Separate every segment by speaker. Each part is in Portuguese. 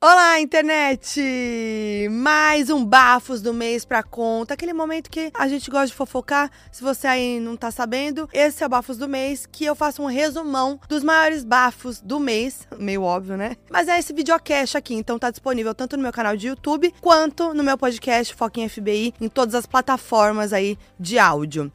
Speaker 1: Olá, internet! Mais um Bafos do Mês pra conta. Aquele momento que a gente gosta de fofocar. Se você aí não tá sabendo, esse é o Bafos do Mês, que eu faço um resumão dos maiores bafos do mês. Meio óbvio, né? Mas é esse videocast aqui, então tá disponível tanto no meu canal de YouTube, quanto no meu podcast Foca em FBI, em todas as plataformas aí de áudio.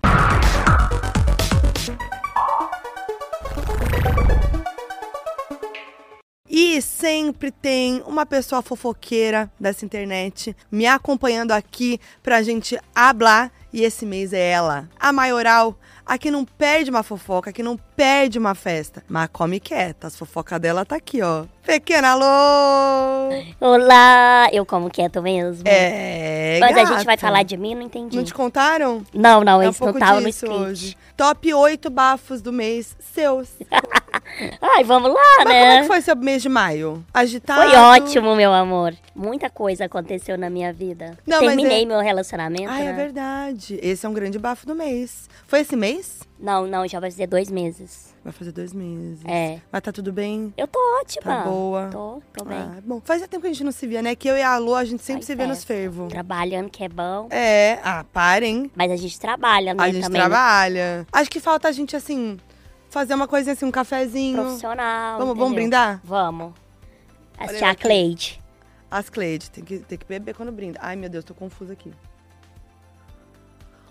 Speaker 1: E sempre tem uma pessoa fofoqueira dessa internet me acompanhando aqui pra gente hablar. E esse mês é ela, a maioral, a que não perde uma fofoca, a que não perde uma festa, mas come quieta. As fofocas dela tá aqui, ó. Pequena Lô!
Speaker 2: Olá, eu como quieto mesmo.
Speaker 1: É,
Speaker 2: Mas
Speaker 1: gata.
Speaker 2: a gente vai falar de mim? Não entendi.
Speaker 1: Não te contaram?
Speaker 2: Não, não,
Speaker 1: É um
Speaker 2: isso não
Speaker 1: pouco
Speaker 2: tava no
Speaker 1: disso
Speaker 2: script.
Speaker 1: hoje. Top 8 bafos do mês seus.
Speaker 2: Né? Ai, vamos lá,
Speaker 1: Mas como é
Speaker 2: né?
Speaker 1: que tá? foi seu mês de maio? Agitado?
Speaker 2: Foi ótimo, meu amor. Muita coisa aconteceu na minha vida.
Speaker 1: Não, mas
Speaker 2: Terminei
Speaker 1: é-
Speaker 2: meu relacionamento.
Speaker 1: Ah, é
Speaker 2: né?
Speaker 1: verdade. Esse é um grande bafo do mês. Foi esse mês?
Speaker 2: Não, não, já vai fazer dois meses.
Speaker 1: Vai fazer dois meses.
Speaker 2: É.
Speaker 1: Mas tá tudo bem?
Speaker 2: Eu tô ótima.
Speaker 1: Tá boa.
Speaker 2: Tô, tô bem.
Speaker 1: Ah, bom. Fazia tempo que a gente não se via, né? Que eu e a Lu, a gente sempre
Speaker 2: Ai,
Speaker 1: se vê nos
Speaker 2: festa.
Speaker 1: fervos.
Speaker 2: Trabalhando, que é bom.
Speaker 1: É. Ah, parem.
Speaker 2: Mas a gente trabalha, né?
Speaker 1: A gente
Speaker 2: também.
Speaker 1: trabalha. Acho que falta a gente, assim, fazer uma coisinha assim, um cafezinho.
Speaker 2: Profissional.
Speaker 1: Vamos, vamos
Speaker 2: entendeu?
Speaker 1: brindar?
Speaker 2: Vamos. Assistir
Speaker 1: eu
Speaker 2: a
Speaker 1: aqui.
Speaker 2: Cleide.
Speaker 1: As Cleide, tem que, tem que beber quando brinda. Ai, meu Deus, tô confusa aqui.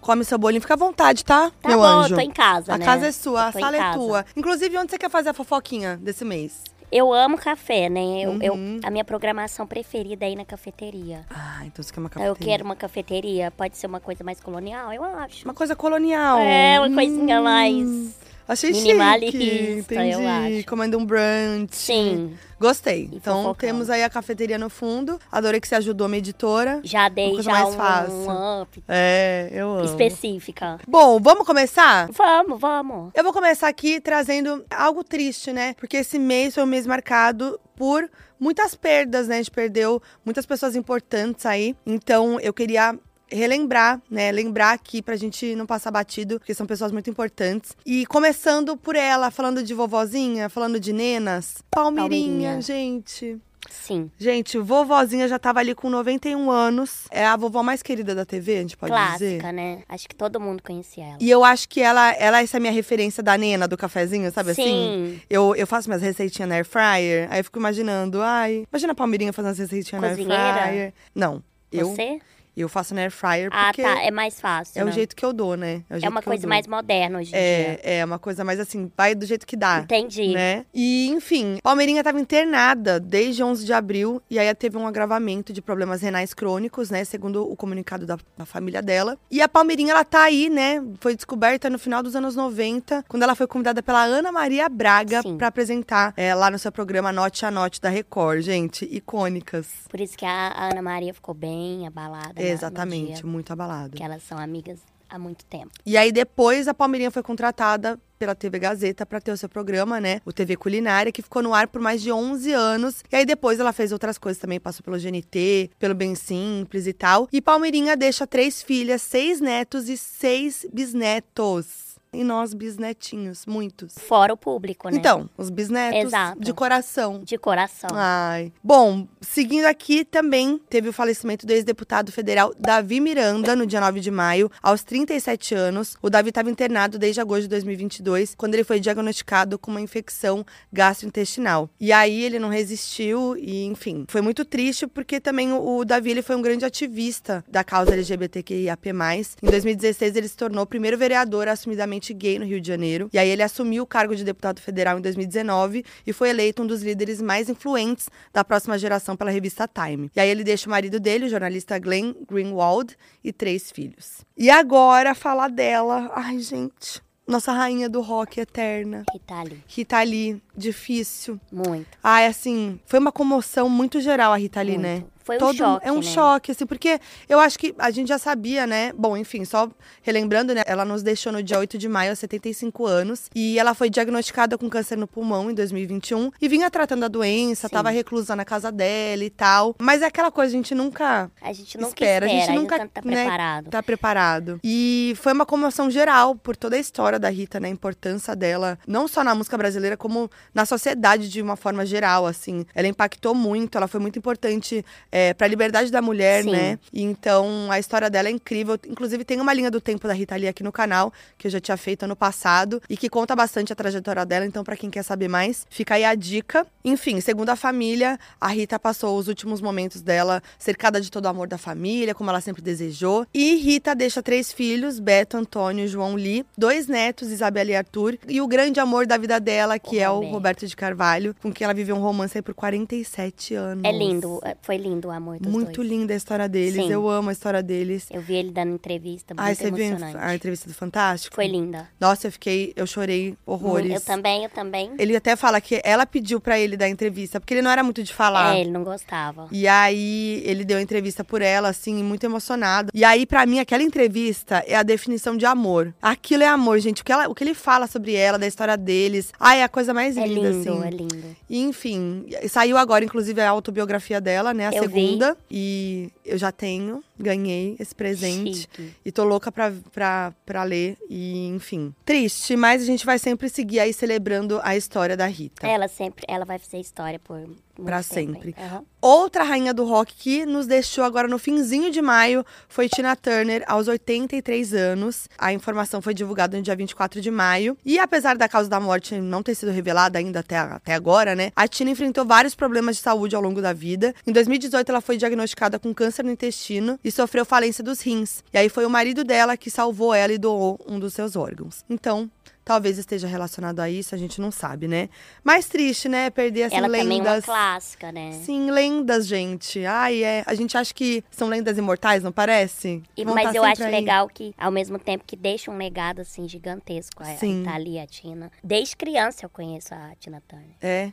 Speaker 1: Come seu bolinho, fica à vontade, tá?
Speaker 2: Tá
Speaker 1: meu
Speaker 2: bom,
Speaker 1: anjo.
Speaker 2: eu tô em casa,
Speaker 1: a
Speaker 2: né?
Speaker 1: casa é sua,
Speaker 2: Eu
Speaker 1: a
Speaker 2: tô em
Speaker 1: sala é
Speaker 2: casa.
Speaker 1: tua. Inclusive, onde você quer fazer a fofoquinha desse mês?
Speaker 2: Eu amo café, né? Eu, eu-
Speaker 1: Uhum.
Speaker 2: a minha programação preferida é ir na cafeteria.
Speaker 1: Ah, então você quer uma
Speaker 2: Então,
Speaker 1: cafeteria.
Speaker 2: Eu quero uma cafeteria. Pode ser uma coisa mais colonial, eu acho.
Speaker 1: Uma coisa colonial. Hum,
Speaker 2: É, uma coisinha mais.
Speaker 1: Achei
Speaker 2: minimalista,
Speaker 1: chique.
Speaker 2: eu
Speaker 1: Entendi.
Speaker 2: acho.
Speaker 1: Comendo um brunch.
Speaker 2: Sim.
Speaker 1: Gostei.
Speaker 2: E
Speaker 1: então
Speaker 2: fofocando.
Speaker 1: temos aí a cafeteria no fundo. Adorei que você ajudou a minha editora.
Speaker 2: Já dei
Speaker 1: coisa
Speaker 2: já
Speaker 1: mais
Speaker 2: um,
Speaker 1: fácil.
Speaker 2: um up
Speaker 1: É, eu amo.
Speaker 2: específica.
Speaker 1: Bom, vamos começar?
Speaker 2: Vamos, vamos.
Speaker 1: Eu vou começar aqui trazendo algo triste, né? Porque esse mês foi um mês marcado por muitas perdas, né? A gente perdeu muitas pessoas importantes aí. Então eu queria relembrar, né? Lembrar aqui pra gente não passar batido, porque são pessoas muito importantes. E começando por ela, falando de vovozinha, falando de nenas. Palmeirinha,
Speaker 2: Palmeirinha.
Speaker 1: gente.
Speaker 2: Sim.
Speaker 1: Gente, vovozinha já tava ali com 91 anos. É a vovó mais querida da TV, a gente pode
Speaker 2: Clássica,
Speaker 1: dizer.
Speaker 2: né? Acho que todo mundo conhecia ela.
Speaker 1: E eu acho que ela, ela essa é a minha referência da Nena, do cafezinho, sabe assim?
Speaker 2: Sim.
Speaker 1: Eu, eu faço minhas receitinhas na air fryer, aí eu fico imaginando, ai, imagina a Palmeirinha fazendo as receitinhas na air
Speaker 2: Cozinheira?
Speaker 1: fryer. Não, eu,
Speaker 2: Você?
Speaker 1: eu faço na air fryer
Speaker 2: Ah,
Speaker 1: porque
Speaker 2: tá. É mais fácil.
Speaker 1: é o
Speaker 2: né?
Speaker 1: jeito que eu dou, né? o
Speaker 2: É
Speaker 1: jeito
Speaker 2: uma
Speaker 1: que eu
Speaker 2: coisa
Speaker 1: dou.
Speaker 2: mais moderna hoje em dia.
Speaker 1: É, é uma coisa mais assim, vai do jeito que dá.
Speaker 2: Entendi.
Speaker 1: Né? E, enfim, Palmeirinha estava internada desde 11 de abril e aí teve um agravamento de problemas renais crônicos, né? Segundo o comunicado da, da família dela. E a Palmeirinha, ela tá aí, né? Foi descoberta no final dos anos 90, quando ela foi convidada pela Ana Maria Braga
Speaker 2: Sim.
Speaker 1: para apresentar é, lá no seu programa Note a Note da Record. Gente, icônicas.
Speaker 2: Por isso que a a Ana Maria ficou bem abalada. na- no
Speaker 1: Exatamente,
Speaker 2: dia,
Speaker 1: muito abalada.
Speaker 2: Porque elas são amigas há muito tempo.
Speaker 1: E aí depois a Palmeirinha foi contratada pela TV Gazeta para ter o seu programa, né? O TV Culinária, que ficou no ar por mais de 11 anos. E aí depois ela fez outras coisas também, passou pelo GNT, pelo Bem Simples e tal. E Palmeirinha deixa três filhas, seis netos e seis bisnetos. E nós bisnetinhos, muitos.
Speaker 2: Fora o público, né?
Speaker 1: Então, Ah. os bisnetos
Speaker 2: Exato.
Speaker 1: de coração.
Speaker 2: De coração.
Speaker 1: Ai. Bom, seguindo aqui também teve o falecimento do ex-deputado federal Davi Miranda no dia 9 de maio, aos 37 anos. O Davi estava internado desde agosto de 2022, quando ele foi diagnosticado com uma infecção gastrointestinal. E aí ele não resistiu e, enfim, foi muito triste porque também o o Davi ele foi um grande ativista da causa LGBTQIAP+. Em 2016 ele se tornou o primeiro vereador assumidamente gay no Rio de Janeiro. E aí ele assumiu o cargo de deputado federal em 2019 e foi eleito um dos líderes mais influentes da próxima geração pela revista Time. E aí ele deixa o marido dele, o jornalista Glenn Greenwald, e três filhos. E agora falar dela, ai gente, nossa rainha do rock eterna.
Speaker 2: Que tá ali.
Speaker 1: Rita Lee, difícil.
Speaker 2: Muito.
Speaker 1: Ai, assim, foi uma comoção muito geral a Rita Lee,
Speaker 2: muito.
Speaker 1: né?
Speaker 2: Foi um
Speaker 1: todo
Speaker 2: choque.
Speaker 1: é um
Speaker 2: né?
Speaker 1: choque assim, porque eu acho que a gente já sabia, né? Bom, enfim, só relembrando, né? Ela nos deixou no dia 8 de maio, aos 75 anos, e ela foi diagnosticada com câncer no pulmão em 2021 e vinha tratando a doença,
Speaker 2: Sim.
Speaker 1: tava reclusa na casa dela e tal. Mas é aquela coisa, a gente nunca
Speaker 2: A gente nunca
Speaker 1: Espera,
Speaker 2: espera,
Speaker 1: a gente nunca,
Speaker 2: tá
Speaker 1: né,
Speaker 2: preparado.
Speaker 1: tá preparado. E foi uma comoção geral por toda a história da Rita, né? A importância dela, não só na música brasileira, como na sociedade de uma forma geral, assim. Ela impactou muito, ela foi muito importante é, pra liberdade da mulher,
Speaker 2: Sim.
Speaker 1: né? E então a história dela é incrível. Inclusive, tem uma linha do tempo da Rita Lee aqui no canal, que eu já tinha feito ano passado, e que conta bastante a trajetória dela. Então, pra quem quer saber mais, fica aí a dica. Enfim, segundo a família, a Rita passou os últimos momentos dela cercada de todo o amor da família, como ela sempre desejou. E Rita deixa três filhos: Beto, Antônio e João Lee, dois netos, Isabela e Arthur, e o grande amor da vida dela, que é o
Speaker 2: Roberto.
Speaker 1: Roberto de Carvalho, com quem ela viveu um romance aí por 47 anos.
Speaker 2: É lindo, é- foi lindo o amor dos
Speaker 1: Tá, Muito
Speaker 2: dois.
Speaker 1: linda a história deles.
Speaker 2: Sim.
Speaker 1: Eu amo a história deles.
Speaker 2: Eu vi ele dando entrevista, muito
Speaker 1: Ai, você viu
Speaker 2: emocionante.
Speaker 1: a entrevista do Fantástico?
Speaker 2: Foi linda.
Speaker 1: Nossa, eu fiquei, eu chorei horrores.
Speaker 2: Eu também, eu também.
Speaker 1: Ele até fala que ela pediu pra ele dar entrevista, porque ele não era muito de falar.
Speaker 2: É, ele não gostava.
Speaker 1: E aí ele deu a entrevista por ela, assim, muito emocionado. E aí, pra mim, aquela entrevista é a definição de amor. Aquilo é amor, gente. O que, ela- o que ele fala sobre ela, da história deles. Ah, é a coisa mais
Speaker 2: É
Speaker 1: linda,
Speaker 2: lindo,
Speaker 1: assim.
Speaker 2: é lindo.
Speaker 1: E, enfim, saiu agora, inclusive, a autobiografia dela, né? A
Speaker 2: Eu vi.
Speaker 1: segunda. E eu já tenho, ganhei esse presente.
Speaker 2: Chique.
Speaker 1: E tô louca pra, pra, pra ler. E, enfim. Triste, mas a gente vai sempre seguir aí celebrando a história da Rita.
Speaker 2: Ela sempre, ela vai fazer história por muito
Speaker 1: Tá. Pra
Speaker 2: tempo
Speaker 1: sempre.
Speaker 2: ainda. Aham.
Speaker 1: Outra rainha do rock que nos deixou agora no finzinho de maio foi Tina Turner, aos 83 anos. A informação foi divulgada no dia 24 de maio. E apesar da causa da morte não ter sido revelada ainda até, até agora, né? A Tina enfrentou vários problemas de saúde ao longo da vida. Em 2018, ela foi diagnosticada com câncer no intestino e sofreu falência dos rins. E aí foi o marido dela que salvou ela e doou um dos seus órgãos. Então. Talvez esteja relacionado a isso, a gente não sabe, né? Mas triste, né? Perder essas
Speaker 2: Ela também é uma
Speaker 1: lendas.
Speaker 2: clássica, né?
Speaker 1: Sim, lendas, gente. Ai, é. A gente acha que são lendas imortais, não parece?
Speaker 2: E-
Speaker 1: Vão
Speaker 2: mas
Speaker 1: tá
Speaker 2: eu
Speaker 1: sempre
Speaker 2: acho
Speaker 1: aí.
Speaker 2: legal que, ao mesmo tempo que deixa um legado, assim, gigantesco. A,
Speaker 1: Sim.
Speaker 2: a Thalia, a Tina. Desde criança eu conheço a Tina Turner.
Speaker 1: É.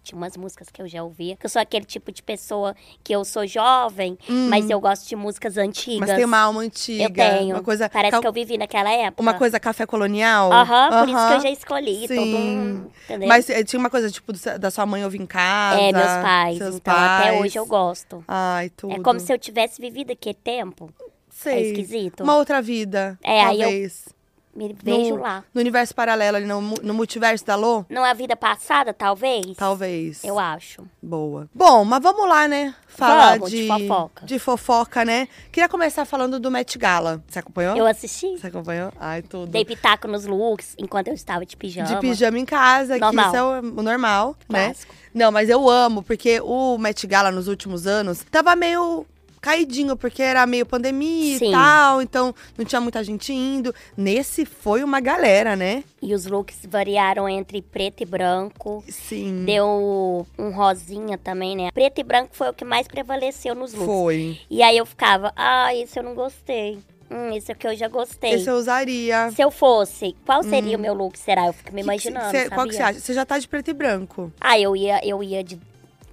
Speaker 2: Tinha umas músicas que eu já ouvia. Que eu sou aquele tipo de pessoa que eu sou jovem, mas eu gosto de músicas antigas.
Speaker 1: Hum. Mas tem uma alma antiga.
Speaker 2: Eu tenho.
Speaker 1: Uma coisa.
Speaker 2: Parece
Speaker 1: cal-
Speaker 2: que eu vivi naquela época.
Speaker 1: Uma coisa café colonial.
Speaker 2: Aham, por isso que eu
Speaker 1: Aham.
Speaker 2: já escolhi.
Speaker 1: Sim.
Speaker 2: Todo um, entendeu?
Speaker 1: Mas eh, tinha uma coisa, tipo, do se- da sua mãe ouvir em casa.
Speaker 2: é, meus pais.
Speaker 1: seus
Speaker 2: então, até
Speaker 1: pais.
Speaker 2: hoje eu gosto.
Speaker 1: Ai, tudo.
Speaker 2: É como se eu tivesse vivido aquele tempo. É
Speaker 1: Sei.
Speaker 2: esquisito.
Speaker 1: uma outra vida.
Speaker 2: É, aí eu-
Speaker 1: talvez.
Speaker 2: Me vejo lá.
Speaker 1: No universo paralelo, ali no, mu- no multiverso da Lô?
Speaker 2: Numa vida passada, talvez?
Speaker 1: Talvez.
Speaker 2: Eu acho.
Speaker 1: Boa. Bom, mas vamos lá, né? Falar
Speaker 2: Vamos,
Speaker 1: de,
Speaker 2: de fofoca.
Speaker 1: de fofoca, né? Queria começar falando do Met Gala. Você acompanhou?
Speaker 2: Eu assisti.
Speaker 1: Você acompanhou? Ai, tudo.
Speaker 2: Dei pitaco nos looks enquanto eu estava de pijama.
Speaker 1: De pijama em casa,
Speaker 2: Normal.
Speaker 1: que isso é o o normal, né?
Speaker 2: Clássico.
Speaker 1: Não, mas eu amo, porque o Met Gala nos últimos anos tava meio caidinho, porque era meio pandemia e
Speaker 2: Sim.
Speaker 1: tal, então não tinha muita gente indo. Nesse foi uma galera, né?
Speaker 2: E os looks variaram entre preto e branco.
Speaker 1: Sim.
Speaker 2: Deu um rosinha também, né? Preto e branco foi o que mais prevaleceu nos looks.
Speaker 1: Foi.
Speaker 2: E aí eu ficava, ah, esse eu não gostei. Hum, esse aqui eu já gostei.
Speaker 1: Esse eu usaria.
Speaker 2: Se eu fosse, qual seria o meu look, será? Eu fico me imaginando,
Speaker 1: Que que cê-
Speaker 2: sabia?
Speaker 1: qual que você acha? Você já tá de preto e branco.
Speaker 2: Ah, eu ia, eu ia de,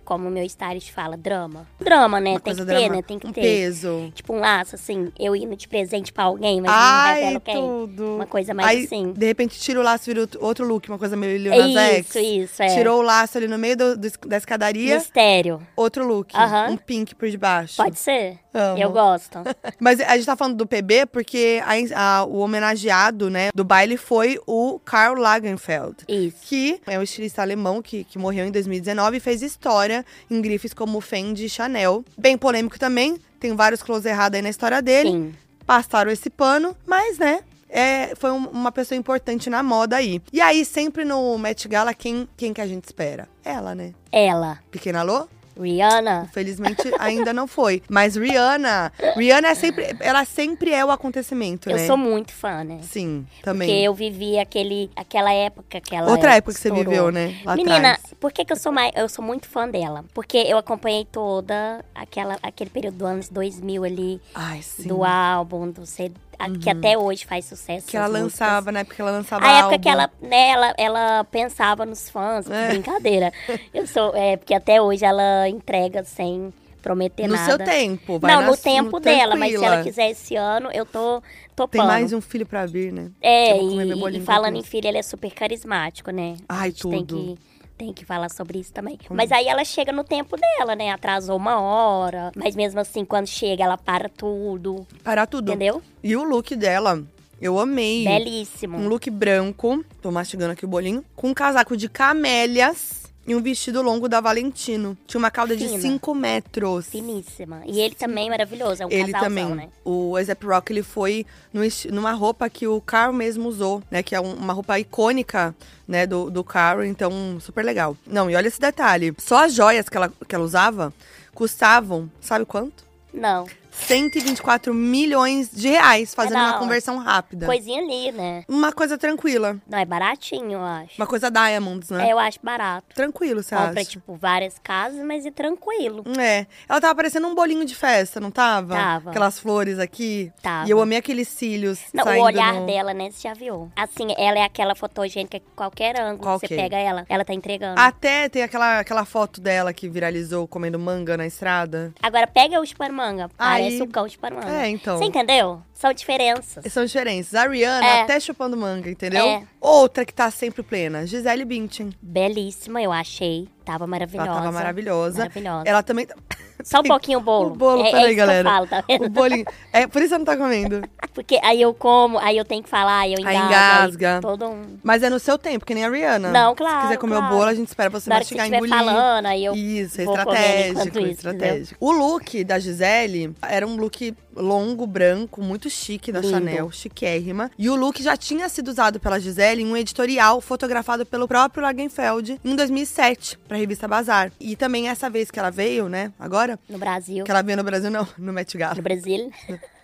Speaker 2: como o meu stylist fala, drama. Drama, né?
Speaker 1: Uma
Speaker 2: Tem que
Speaker 1: coisa
Speaker 2: ter,
Speaker 1: drama-
Speaker 2: né? Tem que
Speaker 1: um
Speaker 2: ter.
Speaker 1: peso.
Speaker 2: Tipo um laço, assim, eu indo de presente pra alguém, mas um não
Speaker 1: Ai, é
Speaker 2: revelo quem.
Speaker 1: tudo.
Speaker 2: Uma coisa mais
Speaker 1: Aí,
Speaker 2: assim.
Speaker 1: de repente, tira o laço, vira outro- outro look, uma coisa meio
Speaker 2: É
Speaker 1: Lil Nas X.
Speaker 2: isso, isso, é.
Speaker 1: Tirou o laço ali no meio do- do es- da escadaria,
Speaker 2: Mistério.
Speaker 1: outro look.
Speaker 2: Aham.
Speaker 1: Um pink por debaixo.
Speaker 2: Pode ser?
Speaker 1: Amo.
Speaker 2: Eu gosto.
Speaker 1: Mas a gente tá falando do PB porque a en- a- o homenageado, né, do baile foi o Karl Lagerfeld.
Speaker 2: Isso.
Speaker 1: Que é um estilista alemão que, que morreu em 2019 e fez história em grifes como Fendi e Chanel. Bem polêmico também, tem vários close errados aí na história dele.
Speaker 2: Sim.
Speaker 1: passaram esse pano, mas né? É, foi um- uma pessoa importante na moda aí. E aí, sempre no Met Gala, quem, quem que a gente espera? Ela, né?
Speaker 2: Ela.
Speaker 1: Pequena Lô?
Speaker 2: Rihanna.
Speaker 1: Felizmente ainda não foi. Mas Rihanna, Rihanna é sempre. Ela sempre é o acontecimento,
Speaker 2: Eu
Speaker 1: né?
Speaker 2: sou muito fã, né?
Speaker 1: Sim, também.
Speaker 2: Porque eu vivi aquele, aquela época que ela
Speaker 1: Outra época que você
Speaker 2: estourou.
Speaker 1: viveu, né? Lá
Speaker 2: Menina,
Speaker 1: atrás.
Speaker 2: por que, que eu sou mais. Eu sou muito fã dela. Porque eu acompanhei toda aquela, aquele período dos anos 2000 ali,
Speaker 1: Ai, sim. Uhum.
Speaker 2: do álbum, do C, a- que até hoje faz sucesso.
Speaker 1: Que ela
Speaker 2: as músicas.
Speaker 1: lançava, né? Porque ela lançava
Speaker 2: A época
Speaker 1: álbum.
Speaker 2: que ela, né, ela, ela pensava nos fãs,
Speaker 1: É.
Speaker 2: brincadeira. Eu sou, é, porque até hoje ela entrega sem prometer
Speaker 1: no
Speaker 2: nada.
Speaker 1: seu tempo, vai
Speaker 2: Não, no
Speaker 1: nas-
Speaker 2: tempo dela, mas se
Speaker 1: tranquila.
Speaker 2: ela quiser esse ano, eu tô topando.
Speaker 1: Tem mais um filho pra vir, né?
Speaker 2: É,
Speaker 1: Eu vou comer
Speaker 2: e,
Speaker 1: meu bolinho
Speaker 2: e falando
Speaker 1: com
Speaker 2: em filho, ele é super carismático, né?
Speaker 1: Ai,
Speaker 2: a gente tem
Speaker 1: tudo.
Speaker 2: que, tem que falar sobre isso também. Mas aí ela chega no tempo dela, né? Atrasou uma hora. Mas mesmo assim, quando chega, ela para tudo.
Speaker 1: Parar tudo.
Speaker 2: Entendeu?
Speaker 1: E o look dela, eu amei.
Speaker 2: Belíssimo.
Speaker 1: Um look branco, tô mastigando aqui o bolinho, com um casaco de camélias e um vestido longo da Valentino. Tinha uma cauda de
Speaker 2: Fina.
Speaker 1: 5 metros.
Speaker 2: Finíssima. E ele também é maravilhoso. É um
Speaker 1: ele
Speaker 2: casalzão,
Speaker 1: também.
Speaker 2: né?
Speaker 1: O A$AP Rock, ele foi no esti- numa roupa que o Carl mesmo usou, né? Que é um- uma roupa icônica, né, do, do Carl. Então, super legal. Não, e olha esse detalhe. Só as joias que ela, que ela usava custavam, sabe quanto?
Speaker 2: Não.
Speaker 1: 124 milhões de reais, fazendo uma
Speaker 2: não.
Speaker 1: conversão rápida.
Speaker 2: Coisinha ali, né?
Speaker 1: Uma coisa tranquila.
Speaker 2: Não, é baratinho, eu acho.
Speaker 1: Uma coisa Diamonds, né?
Speaker 2: É, eu acho barato.
Speaker 1: Tranquilo, você
Speaker 2: Compra,
Speaker 1: acha?
Speaker 2: tipo, várias casas, mas é tranquilo.
Speaker 1: É. Ela tava parecendo um bolinho de festa, não tava?
Speaker 2: Tava.
Speaker 1: Aquelas flores aqui.
Speaker 2: Tava.
Speaker 1: E eu amei aqueles cílios
Speaker 2: Não, o
Speaker 1: saindo
Speaker 2: olhar
Speaker 1: Tá no-
Speaker 2: dela, né? Você já viu? Assim, ela é aquela fotogênica que qualquer ângulo que
Speaker 1: Qualquer.
Speaker 2: você pega ela, ela tá entregando.
Speaker 1: Até tem aquela, aquela foto dela que viralizou comendo manga na estrada.
Speaker 2: Agora, pega o chuparmanga.
Speaker 1: Aí-
Speaker 2: Parece o cão chuparmanga.
Speaker 1: É, então.
Speaker 2: Você entendeu? São diferenças.
Speaker 1: São diferentes. A Rihanna
Speaker 2: É.
Speaker 1: até chupando manga, entendeu?
Speaker 2: É.
Speaker 1: Outra que tá sempre plena, Gisele Bündchen.
Speaker 2: Belíssima, eu achei. Tava maravilhosa.
Speaker 1: Ela tava maravilhosa.
Speaker 2: Maravilhosa.
Speaker 1: Ela também. tá-
Speaker 2: Só um pouquinho o bolo.
Speaker 1: O bolo,
Speaker 2: é,
Speaker 1: peraí,
Speaker 2: é isso
Speaker 1: galera.
Speaker 2: Que eu falo, tá vendo?
Speaker 1: O bolinho. É, por isso ela não tá comendo.
Speaker 2: Porque aí eu como, aí eu tenho que falar, aí eu engasgo.
Speaker 1: Aí
Speaker 2: aí
Speaker 1: engasga.
Speaker 2: todo um...
Speaker 1: Mas é no seu tempo, que nem a Rihanna.
Speaker 2: Não, claro,
Speaker 1: Se quiser comer
Speaker 2: claro.
Speaker 1: o bolo, a gente espera você
Speaker 2: Na hora que você
Speaker 1: mastigar,
Speaker 2: estiver
Speaker 1: engolir.
Speaker 2: falando, aí eu...
Speaker 1: Isso, é
Speaker 2: vou comer enquanto
Speaker 1: estratégico,
Speaker 2: isso,
Speaker 1: estratégico. O look da Gisele era um look longo, branco, muito chique da
Speaker 2: Lindo.
Speaker 1: Chanel, chiquérrima. E o look já tinha sido usado pela Gisele em um editorial fotografado pelo próprio Lagenfeld em 2007, pra revista Bazar. E também essa vez que ela veio, né, agora,
Speaker 2: No Brasil.
Speaker 1: que ela veio no Brasil, não, no Met Gala
Speaker 2: No Brasil.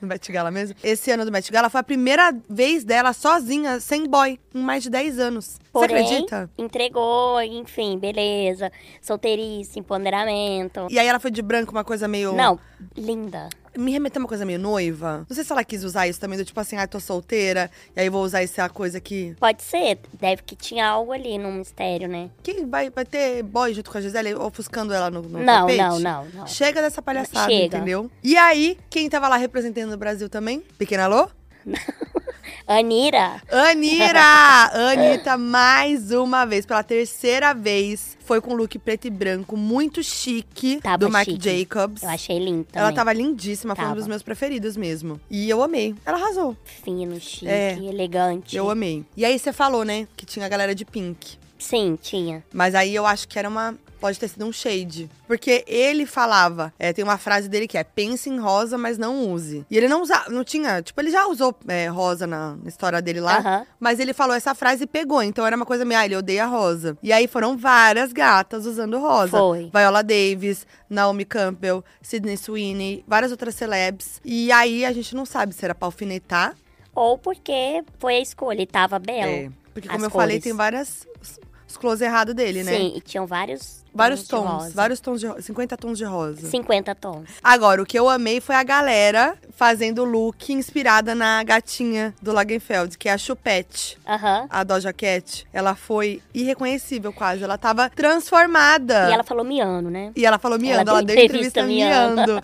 Speaker 1: no Met Gala mesmo. Esse ano do Met Gala foi a primeira vez dela sozinha, sem boy, em mais de 10 anos.
Speaker 2: Porém,
Speaker 1: Você acredita?
Speaker 2: entregou, enfim, beleza. Solteirice, empoderamento.
Speaker 1: E aí ela foi de branco, uma coisa meio.
Speaker 2: Não, linda.
Speaker 1: Me remeteu uma coisa meio noiva. Não sei se ela quis usar isso também, do tipo assim, ah, tô solteira, e aí vou usar essa coisa aqui.
Speaker 2: Pode ser, deve que tinha algo ali no mistério, né?
Speaker 1: Que vai, vai ter boy junto com a Gisele ofuscando ela no, no
Speaker 2: não,
Speaker 1: tapete?
Speaker 2: não, não, não.
Speaker 1: Chega dessa palhaçada,
Speaker 2: Chega.
Speaker 1: entendeu? E aí, quem tava lá representando o Brasil também? Pequena Lô?
Speaker 2: Anira,
Speaker 1: Anira! Anitta, mais uma vez, pela terceira vez, foi com look preto e branco, muito chique,
Speaker 2: Tava
Speaker 1: do Marc
Speaker 2: chique.
Speaker 1: Jacobs.
Speaker 2: eu achei lindo também.
Speaker 1: Ela tava lindíssima, foi um
Speaker 2: Tava.
Speaker 1: dos meus preferidos mesmo. E eu amei. Ela arrasou.
Speaker 2: Fino, chique,
Speaker 1: tá- É.
Speaker 2: elegante.
Speaker 1: Eu amei. E aí você falou, né, que tinha a galera de pink.
Speaker 2: Sim, tinha.
Speaker 1: Mas aí eu acho que era uma. Pode ter sido um shade. Porque ele falava, é, tem uma frase dele que é: pense em rosa, mas não use. E ele não usava, não tinha. Tipo, ele já usou é, rosa na, na história dele lá.
Speaker 2: Aham.
Speaker 1: Mas ele falou essa frase e pegou. Então era uma coisa meio, ah, ele odeia rosa. E aí foram várias gatas usando rosa.
Speaker 2: Foi.
Speaker 1: Viola Davis, Naomi Campbell, Sidney Sweeney, várias outras celebs. E aí a gente não sabe se era pra alfinetar.
Speaker 2: Ou porque foi a escolha e tava belo.
Speaker 1: É, porque como
Speaker 2: as
Speaker 1: eu falei,
Speaker 2: cores.
Speaker 1: tem várias. os- Os close errado dele, né?
Speaker 2: Sim, e tinham vários
Speaker 1: Vários
Speaker 2: de
Speaker 1: tons,
Speaker 2: rosa.
Speaker 1: vários tons de rosa, 50 tons de rosa.
Speaker 2: 50 tons.
Speaker 1: Agora, o que eu amei foi a galera fazendo look inspirada na gatinha do Lagenfeld, que é a Chupette.
Speaker 2: Aham.
Speaker 1: A Doja Cat, ela foi irreconhecível quase, ela tava transformada.
Speaker 2: E ela falou miano, né?
Speaker 1: E ela falou miando, ela,
Speaker 2: Ela deu
Speaker 1: deu entrevista,
Speaker 2: entrevista miando.
Speaker 1: miando.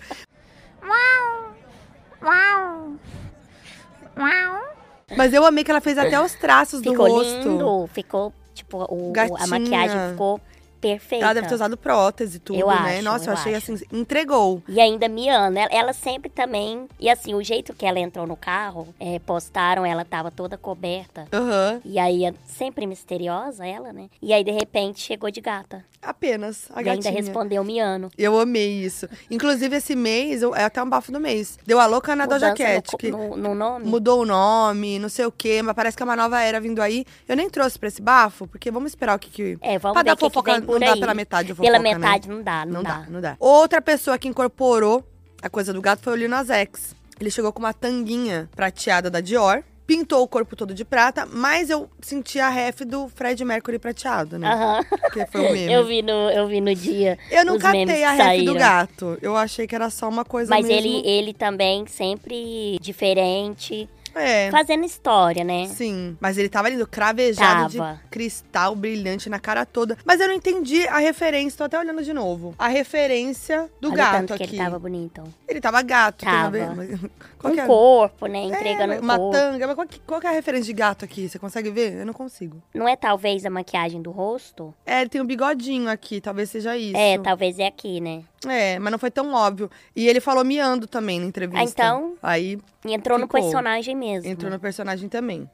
Speaker 1: Mas eu amei que ela fez até os traços
Speaker 2: Ficou
Speaker 1: do rosto.
Speaker 2: lindo, ficou, tipo, o,
Speaker 1: Gatinha.
Speaker 2: a maquiagem ficou perfeita.
Speaker 1: Ela deve ter usado prótese, tudo,
Speaker 2: Eu
Speaker 1: né?
Speaker 2: acho,
Speaker 1: Nossa, eu
Speaker 2: eu
Speaker 1: achei
Speaker 2: acho.
Speaker 1: assim, entregou.
Speaker 2: E ainda Miana, ela, ela sempre também. E assim, o jeito que ela entrou no carro, é, postaram, ela tava toda coberta.
Speaker 1: Aham.
Speaker 2: E aí, é sempre misteriosa ela, né? E aí, de repente, chegou de gata.
Speaker 1: Apenas a
Speaker 2: e ainda
Speaker 1: gatinha.
Speaker 2: respondeu Miano.
Speaker 1: Eu amei isso. Inclusive, esse mês, eu- é até um bafo do mês. Deu a louca na Doja
Speaker 2: Mudança
Speaker 1: Cat,
Speaker 2: no,
Speaker 1: que
Speaker 2: no, no nome?
Speaker 1: mudou o nome, não sei o quê, mas parece que é uma nova era vindo aí. Eu nem trouxe pra esse bafo, porque vamos esperar o que que...
Speaker 2: É, vamos
Speaker 1: pra
Speaker 2: ver
Speaker 1: dar
Speaker 2: o que, que
Speaker 1: fofoca,
Speaker 2: vem por
Speaker 1: não
Speaker 2: aí.
Speaker 1: dá pela metade a fofoca,
Speaker 2: Pela
Speaker 1: né?
Speaker 2: metade não dá, não,
Speaker 1: Não
Speaker 2: dá.
Speaker 1: dá, não dá. Outra pessoa que incorporou a coisa do gato foi o Lil Nas X. Ele chegou com uma tanguinha prateada da Dior, pintou o corpo todo de prata, mas eu senti a ref do Fred Mercury prateado, né?
Speaker 2: Aham.
Speaker 1: Porque foi o meme.
Speaker 2: Eu vi no, eu vi no dia.
Speaker 1: Eu não
Speaker 2: os memes
Speaker 1: catei a
Speaker 2: que
Speaker 1: ref do
Speaker 2: saíram.
Speaker 1: gato. Eu achei que era só uma coisa
Speaker 2: Mas
Speaker 1: é mesmo.
Speaker 2: ele, ele também sempre diferente.
Speaker 1: É.
Speaker 2: fazendo história, né?
Speaker 1: Sim, mas ele tava lindo, cravejado
Speaker 2: Tava.
Speaker 1: de cristal brilhante na cara toda. Mas eu não entendi a referência, tô até olhando de novo. A referência do
Speaker 2: Olha o
Speaker 1: gato
Speaker 2: tanto que
Speaker 1: aqui.
Speaker 2: ele tava bonito.
Speaker 1: Ele tava gato, tem a
Speaker 2: Tava.
Speaker 1: ver? Mas- Qual que
Speaker 2: Um
Speaker 1: é?
Speaker 2: corpo, né?
Speaker 1: É,
Speaker 2: Entregando um
Speaker 1: uma
Speaker 2: corpo.
Speaker 1: tanga, mas qual que, qual que é a referência de gato aqui? Você consegue ver? Eu não consigo.
Speaker 2: Não é talvez a maquiagem do rosto?
Speaker 1: É, ele tem um bigodinho aqui, talvez seja isso.
Speaker 2: É, talvez é aqui, né?
Speaker 1: É, mas não foi tão óbvio. E ele falou miando também na entrevista.
Speaker 2: Ah, então?
Speaker 1: Aí
Speaker 2: E entrou no
Speaker 1: Ficou.
Speaker 2: personagem mesmo.
Speaker 1: entrou no personagem também.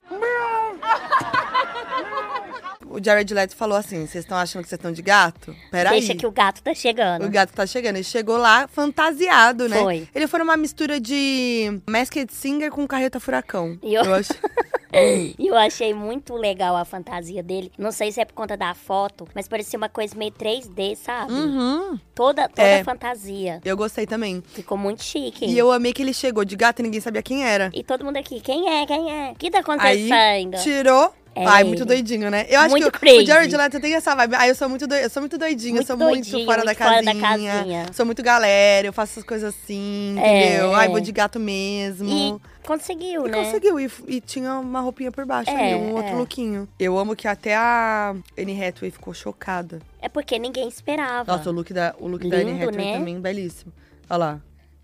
Speaker 1: o Jared Leto falou assim: vocês estão achando que vocês estão de gato? Peraí.
Speaker 2: Deixa que o gato tá chegando.
Speaker 1: O gato tá chegando. Ele chegou lá fantasiado, né?
Speaker 2: Foi.
Speaker 1: Ele foi numa mistura de Masked Singer com Carreta Furacão.
Speaker 2: E eu-
Speaker 1: acho.
Speaker 2: E eu achei muito legal a fantasia dele. Não sei se é por conta da foto, mas parecia uma coisa meio 3D, sabe?
Speaker 1: Uhum.
Speaker 2: Toda, toda
Speaker 1: É.
Speaker 2: fantasia.
Speaker 1: Eu gostei também.
Speaker 2: Ficou muito chique.
Speaker 1: E eu amei que ele chegou de gato e ninguém sabia quem era.
Speaker 2: E todo mundo aqui, quem é? Quem é? O que tá
Speaker 1: Aí,
Speaker 2: acontecendo?
Speaker 1: tirou.
Speaker 2: É
Speaker 1: Ai,
Speaker 2: ele.
Speaker 1: muito doidinho, né? Eu acho
Speaker 2: Muito
Speaker 1: que o- o
Speaker 2: crazy.
Speaker 1: Jared Leto tem essa vibe. Ai, eu sou muito, doi- eu sou muito doidinho, eu
Speaker 2: Muito
Speaker 1: sou muito
Speaker 2: doidinho,
Speaker 1: fora, da,
Speaker 2: muito fora da
Speaker 1: casinha,
Speaker 2: casinha.
Speaker 1: Sou muito galera, eu faço essas coisas assim,
Speaker 2: É,
Speaker 1: entendeu? Ai,
Speaker 2: é.
Speaker 1: vou de gato mesmo.
Speaker 2: E conseguiu,
Speaker 1: E
Speaker 2: né?
Speaker 1: conseguiu, e, f- e tinha uma roupinha por baixo ali,
Speaker 2: É,
Speaker 1: um outro
Speaker 2: é.
Speaker 1: lookinho. Eu amo que até a Anne Hathaway ficou chocada.
Speaker 2: É porque ninguém esperava.
Speaker 1: Nossa, o look da, o look da Anne
Speaker 2: Lindo,
Speaker 1: Hathaway
Speaker 2: né?
Speaker 1: também, belíssimo. Olha lá.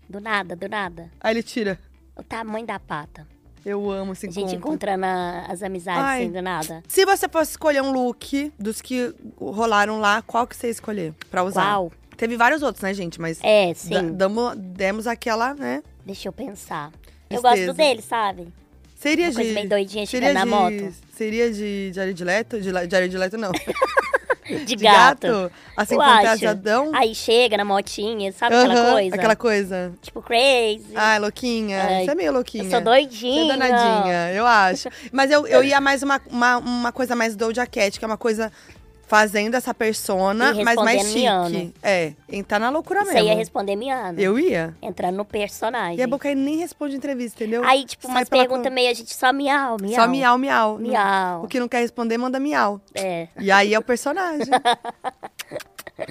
Speaker 2: Do nada, do nada.
Speaker 1: Aí ele tira.
Speaker 2: O tamanho da pata.
Speaker 1: Eu amo esse
Speaker 2: A gente
Speaker 1: encontro.
Speaker 2: encontrando a- as amizades
Speaker 1: Ai.
Speaker 2: assim, do nada.
Speaker 1: Se você fosse escolher um look dos que rolaram lá, qual que você ia escolher pra usar?
Speaker 2: Uau.
Speaker 1: Teve vários outros, né, gente? Mas
Speaker 2: É,
Speaker 1: da-
Speaker 2: sim.
Speaker 1: damo- demos aquela, né?
Speaker 2: Deixa eu pensar. Eu
Speaker 1: Tristeza.
Speaker 2: gosto do dele, sabe?
Speaker 1: Seria
Speaker 2: Uma coisa
Speaker 1: de.
Speaker 2: meio doidinha
Speaker 1: seria
Speaker 2: chegando na
Speaker 1: de,
Speaker 2: moto.
Speaker 1: Seria de Jared Leto? De, la- Jared Leto, não.
Speaker 2: De
Speaker 1: De
Speaker 2: gato.
Speaker 1: Assim,
Speaker 2: Eu
Speaker 1: fantasiadão.
Speaker 2: Aí chega na motinha, sabe aquela
Speaker 1: Aham,
Speaker 2: coisa?
Speaker 1: Aquela coisa.
Speaker 2: Tipo, crazy.
Speaker 1: Ai, louquinha.
Speaker 2: Ai,
Speaker 1: Você é meio
Speaker 2: eu
Speaker 1: louquinha.
Speaker 2: sou
Speaker 1: Você é
Speaker 2: doidinha.
Speaker 1: danadinha, eu acho. Mas eu, eu ia mais uma, uma, uma coisa mais Doja Cat, que é uma coisa fazendo essa persona,
Speaker 2: E
Speaker 1: mas mais
Speaker 2: respondendo
Speaker 1: chique.
Speaker 2: Rihanna.
Speaker 1: É, entrar na loucura
Speaker 2: Você
Speaker 1: mesmo.
Speaker 2: ia responder miando.
Speaker 1: né? Eu ia.
Speaker 2: Entrando no personagem.
Speaker 1: E é a boca aí nem responde entrevista, entendeu?
Speaker 2: Aí, tipo,
Speaker 1: Sai
Speaker 2: umas
Speaker 1: pela
Speaker 2: perguntas
Speaker 1: con-
Speaker 2: meio, a gente só miau, miau.
Speaker 1: Só miau, miau.
Speaker 2: Miau.
Speaker 1: O que não quer responder, manda miau.
Speaker 2: É.
Speaker 1: E aí é o personagem.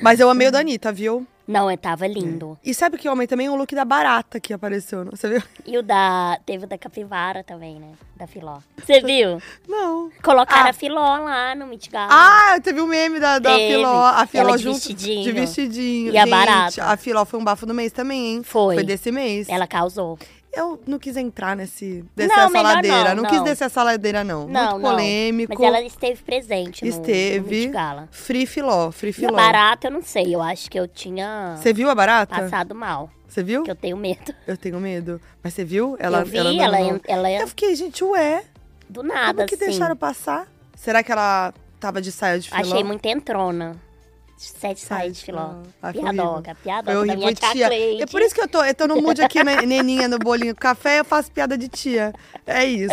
Speaker 1: mas eu amei o da Anitta, viu?
Speaker 2: Não, eu
Speaker 1: É.
Speaker 2: tava lindo.
Speaker 1: E sabe que eu amei também o look da barata que apareceu, não- você viu?
Speaker 2: E o da. Teve o da capivara também, né? Da filó. Você viu?
Speaker 1: Não.
Speaker 2: Colocaram
Speaker 1: Ah.
Speaker 2: a filó lá no Mitigal.
Speaker 1: Ah, teve o meme da, da
Speaker 2: Teve.
Speaker 1: Filó. A Filó
Speaker 2: Ela de
Speaker 1: junto.
Speaker 2: vestidinho.
Speaker 1: De vestidinho.
Speaker 2: E a
Speaker 1: Gente,
Speaker 2: barata.
Speaker 1: A Filó foi um bafo do mês também, hein?
Speaker 2: Foi.
Speaker 1: Foi desse mês.
Speaker 2: Ela causou.
Speaker 1: Eu não quis entrar nesse. Descer
Speaker 2: Não,
Speaker 1: essa
Speaker 2: melhor
Speaker 1: ladeira.
Speaker 2: não,
Speaker 1: quis
Speaker 2: não.
Speaker 1: descer essa ladeira, não.
Speaker 2: Não,
Speaker 1: Muito
Speaker 2: não.
Speaker 1: polêmico.
Speaker 2: Mas ela é esteve presente no, no
Speaker 1: Esteve.
Speaker 2: Mitigala.
Speaker 1: Free Filó. Free
Speaker 2: E a
Speaker 1: Filó.
Speaker 2: barata, eu não sei. Eu acho que eu tinha
Speaker 1: Você viu a barata?
Speaker 2: passado mal.
Speaker 1: Você viu?
Speaker 2: Que eu tenho medo.
Speaker 1: Eu tenho medo. Mas você viu? Ela,
Speaker 2: eu vi,
Speaker 1: ela, andando
Speaker 2: ela,
Speaker 1: no-
Speaker 2: en- ela,
Speaker 1: Eu fiquei, gente, ué.
Speaker 2: do
Speaker 1: como
Speaker 2: nada,
Speaker 1: que
Speaker 2: assim.
Speaker 1: deixaram passar? Será que ela tava de saia de filó?
Speaker 2: Achei muito entrona. Sete
Speaker 1: Saia
Speaker 2: saias
Speaker 1: de
Speaker 2: de filó.
Speaker 1: filó. Ah, foi
Speaker 2: piadoca,
Speaker 1: Foi
Speaker 2: piadoca da
Speaker 1: horrível,
Speaker 2: minha tia,
Speaker 1: tia.
Speaker 2: Cleide.
Speaker 1: É por isso que eu tô, eu tô no mood aqui, né, neninha, no bolinho com café, eu faço piada de tia. É isso.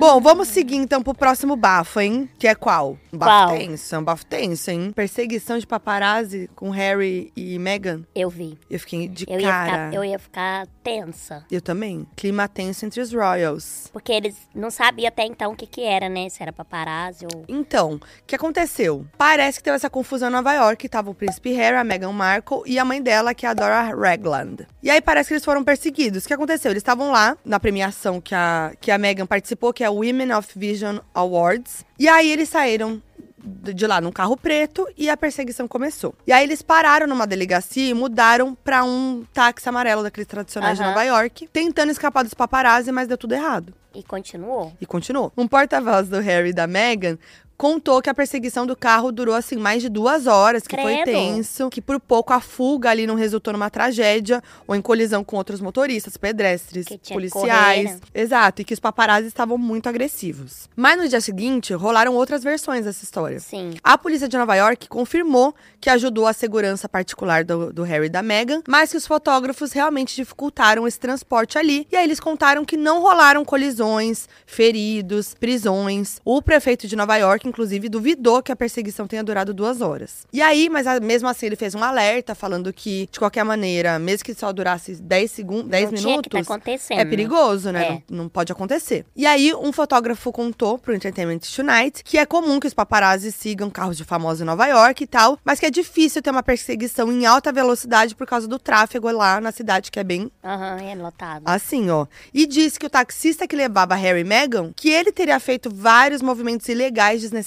Speaker 1: Bom, vamos seguir então pro próximo bafo, hein? Que é qual? Um bafo
Speaker 2: Qual?
Speaker 1: tenso, é um bafo tenso, hein? Perseguição de paparazzi com Harry e Meghan.
Speaker 2: Eu vi.
Speaker 1: Eu fiquei de
Speaker 2: Eu ia,
Speaker 1: cara.
Speaker 2: ficar, eu ia ficar tensa.
Speaker 1: Eu também. Clima tenso entre os royals.
Speaker 2: Porque eles não sabiam até então o que que era, né? Se era paparazzi ou...
Speaker 1: Então, o que aconteceu? Parece que teve essa confusão em Nova York, que tava o príncipe Harry, a Meghan Markle e a mãe dela, que é a Dora Ragland. E aí parece que eles foram perseguidos. O que aconteceu? Eles estavam lá na premiação que a, que a Meghan participou, que é o Women of Vision Awards. E aí eles saíram d- de lá num carro preto e a perseguição começou. E aí eles pararam numa delegacia e mudaram pra um táxi amarelo daqueles tradicionais de
Speaker 2: Aham.
Speaker 1: Nova York, tentando escapar dos paparazzi, mas deu tudo errado.
Speaker 2: E continuou.
Speaker 1: E continuou. Um porta-voz do Harry e da Meghan contou que a perseguição do carro durou, assim, mais de duas horas, que foi
Speaker 2: Credo.
Speaker 1: tenso, que por pouco a fuga ali não resultou numa tragédia ou em colisão com outros motoristas, pedestres,
Speaker 2: Que tinha que
Speaker 1: policiais.
Speaker 2: correr, né?
Speaker 1: Exato, e que os paparazzi estavam muito agressivos. Mas no dia seguinte, rolaram outras versões dessa história.
Speaker 2: Sim.
Speaker 1: A polícia de Nova York confirmou que ajudou a segurança particular do, do Harry e da Meghan, mas que os fotógrafos realmente dificultaram esse transporte ali. E aí eles contaram que não rolaram colisões, feridos, prisões. O prefeito de Nova York, inclusive, duvidou que a perseguição tenha durado duas horas. E aí, mas a- mesmo assim, ele fez um alerta falando que, de qualquer maneira, mesmo que só durasse 10 segundos, 10
Speaker 2: não
Speaker 1: minutos.
Speaker 2: tinha que tá acontecendo.
Speaker 1: É perigoso, né?
Speaker 2: É.
Speaker 1: Não, não pode acontecer. E aí, um fotógrafo contou pro Entertainment Tonight que é comum que os paparazzi sigam carros de famosos em Nova York e tal, mas que é difícil ter uma perseguição em alta velocidade por causa do tráfego lá na cidade, que é bem
Speaker 2: Aham, é lotado.
Speaker 1: Ah. assim, ó. E disse que o taxista que le- baba Harry e Meghan que ele teria feito vários movimentos ilegais desnecessários.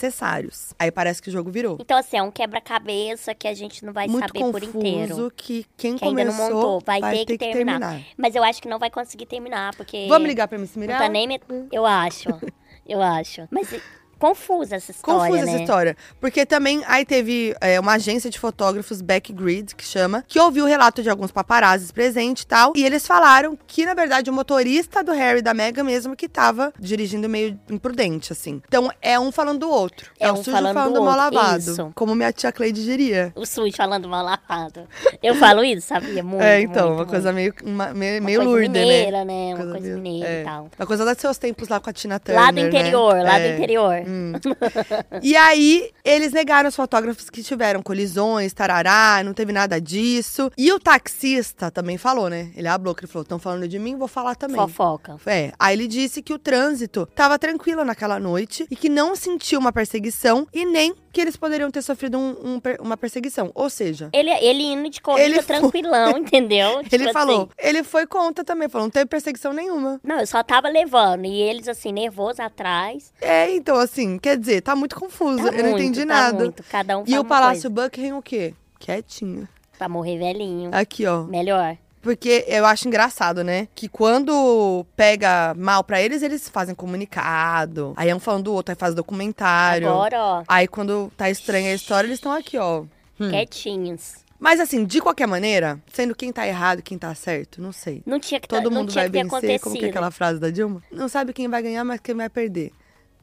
Speaker 1: Aí parece que o jogo virou.
Speaker 2: Então, assim, é um quebra-cabeça que a gente não vai
Speaker 1: Muito
Speaker 2: saber
Speaker 1: confuso
Speaker 2: por inteiro.
Speaker 1: que quem
Speaker 2: Que ainda não
Speaker 1: começou
Speaker 2: montou, vai,
Speaker 1: ter, que terminar.
Speaker 2: terminar. É. Mas eu acho que não vai conseguir terminar, porque.
Speaker 1: Vamos ligar pra Miss
Speaker 2: Não
Speaker 1: Mirella?
Speaker 2: tá nem met... Eu acho. Eu acho. Mas e- confusa essa história.
Speaker 1: Confusa
Speaker 2: né?
Speaker 1: essa história. Porque também aí teve é, uma agência de fotógrafos, Backgrid, que chama, que ouviu o relato de alguns paparazzis presentes e tal. E eles falaram que, na verdade, o motorista do Harry e da Meghan mesmo que tava dirigindo meio imprudente, assim. Então é um falando do outro.
Speaker 2: É
Speaker 1: o
Speaker 2: um
Speaker 1: sujo
Speaker 2: falando
Speaker 1: falando,
Speaker 2: do
Speaker 1: do mal
Speaker 2: outro,
Speaker 1: lavado.
Speaker 2: isso.
Speaker 1: Como minha tia Cleide diria.
Speaker 2: O sujo falando mal lavado. Eu falo isso, sabia? Muito.
Speaker 1: é, então,
Speaker 2: muito,
Speaker 1: uma
Speaker 2: muito.
Speaker 1: coisa meio, uma, meio,
Speaker 2: Uma
Speaker 1: meio
Speaker 2: coisa
Speaker 1: lurda, né?
Speaker 2: mineira, né? Uma
Speaker 1: Coisa
Speaker 2: coisa,
Speaker 1: meio-
Speaker 2: mineira
Speaker 1: é.
Speaker 2: e tal.
Speaker 1: Uma coisa dos seus tempos lá com a Tina Turner,
Speaker 2: Lá do
Speaker 1: né?
Speaker 2: interior, lá do
Speaker 1: É.
Speaker 2: interior.
Speaker 1: E aí, eles negaram os fotógrafos que tiveram colisões, tarará, não teve nada disso. E o taxista também falou, né? Ele abriu, ele falou: estão falando de mim, vou falar também.
Speaker 2: Fofoca.
Speaker 1: É, aí ele disse que o trânsito tava tranquilo naquela noite e que não sentiu uma perseguição e nem que eles poderiam ter sofrido um- um per- uma perseguição. Ou seja,
Speaker 2: Ele, ele indo de corrida
Speaker 1: Ele foi-
Speaker 2: tranquilão, entendeu? Tipo
Speaker 1: ele
Speaker 2: assim,
Speaker 1: falou, ele foi contra também, falou, não teve perseguição nenhuma.
Speaker 2: Não, eu só tava levando. E eles, assim, nervosos atrás.
Speaker 1: É, então assim, quer dizer, tá muito confuso,
Speaker 2: Tá
Speaker 1: eu não
Speaker 2: muito,
Speaker 1: entendi
Speaker 2: tá
Speaker 1: nada.
Speaker 2: muito, Cada um
Speaker 1: E
Speaker 2: fala
Speaker 1: o
Speaker 2: uma
Speaker 1: Palácio Buckingham o quê? Quietinho.
Speaker 2: coisa. Pra morrer velhinho.
Speaker 1: Aqui, ó.
Speaker 2: Melhor.
Speaker 1: Porque eu acho engraçado, né? Que quando pega mal pra eles, eles fazem comunicado. Aí é um falando do outro, aí faz documentário.
Speaker 2: Agora, ó,
Speaker 1: Aí quando tá estranha a história, eles estão aqui, ó.
Speaker 2: quietinhos.
Speaker 1: Mas assim, de qualquer maneira, sendo quem tá errado e quem tá certo, não sei.
Speaker 2: Não tinha que, tá-
Speaker 1: Todo
Speaker 2: não
Speaker 1: mundo
Speaker 2: tinha
Speaker 1: vai
Speaker 2: que ter
Speaker 1: vencer,
Speaker 2: acontecido.
Speaker 1: como que é aquela frase da Dilma? Não sabe quem vai ganhar, mas quem vai perder.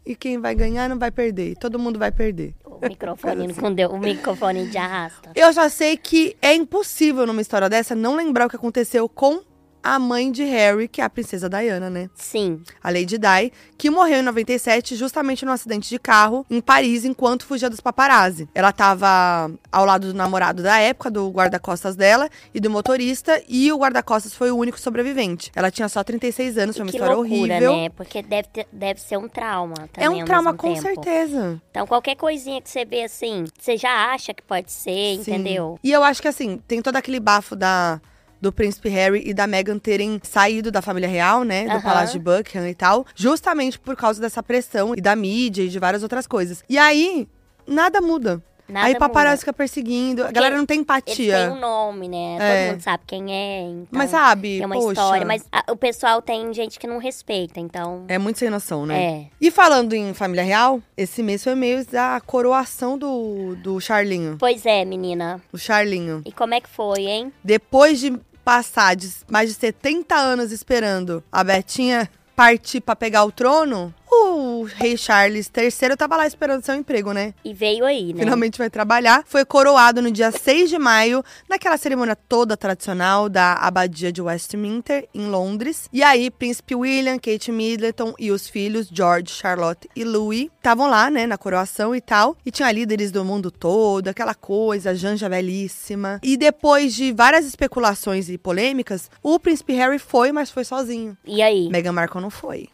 Speaker 1: E quem vai ganhar não vai perder. E todo mundo vai perder.
Speaker 2: O microfone com deu, o microfone de arrasta.
Speaker 1: Eu já sei que é impossível numa história dessa não lembrar o que aconteceu com a mãe de Harry, que é a princesa Diana, né?
Speaker 2: Sim,
Speaker 1: a Lady Di, que morreu em 97 justamente num acidente de carro em Paris enquanto fugia dos paparazzi. Ela estava ao lado do namorado da época, do guarda-costas dela e do motorista, e o guarda-costas foi o único sobrevivente. Ela tinha só 36 anos, foi é uma
Speaker 2: que
Speaker 1: história
Speaker 2: loucura,
Speaker 1: horrível.
Speaker 2: né? Porque deve, ter- deve ser um trauma também
Speaker 1: É
Speaker 2: ao
Speaker 1: um trauma
Speaker 2: mesmo
Speaker 1: com
Speaker 2: tempo.
Speaker 1: certeza.
Speaker 2: Então qualquer coisinha que você vê assim, você já acha que pode ser,
Speaker 1: Sim.
Speaker 2: entendeu?
Speaker 1: E eu acho que assim, tem todo aquele bafo da do príncipe Harry e da Meghan terem saído da família real, né, do
Speaker 2: Aham.
Speaker 1: palácio de Buckingham e tal, justamente por causa dessa pressão e da mídia e de várias outras coisas. E aí nada muda.
Speaker 2: Nada
Speaker 1: aí paparazzi
Speaker 2: muda.
Speaker 1: fica perseguindo, a
Speaker 2: Porque
Speaker 1: galera não tem
Speaker 2: Eles têm
Speaker 1: empatia.
Speaker 2: um nome, né?
Speaker 1: É.
Speaker 2: Todo mundo sabe quem é, então.
Speaker 1: mas sabe,
Speaker 2: tem uma
Speaker 1: poxa,
Speaker 2: história, mas a- o pessoal tem gente que não respeita, então.
Speaker 1: é muito sem noção, né?
Speaker 2: É.
Speaker 1: E falando em família real, esse mês foi o mês da coroação do, do Charlinho.
Speaker 2: Pois é, menina.
Speaker 1: O Charlinho.
Speaker 2: E como é que foi, hein?
Speaker 1: Depois de passar de mais de 70 anos esperando a Betinha partir pra pegar o trono, o rei Charles III tava lá esperando seu emprego, né?
Speaker 2: E veio aí, né?
Speaker 1: Finalmente vai trabalhar. Foi coroado no dia 6 de maio, naquela cerimônia toda tradicional da Abadia de Westminster, em Londres. E aí, príncipe William, Kate Middleton e os filhos, George, Charlotte e Louis, estavam lá, né, na coroação e tal. E tinha líderes do mundo todo, aquela coisa, Janja belíssima. E depois de várias especulações e polêmicas, o príncipe Harry foi, mas foi sozinho.
Speaker 2: E aí?
Speaker 1: Meghan Markle não foi.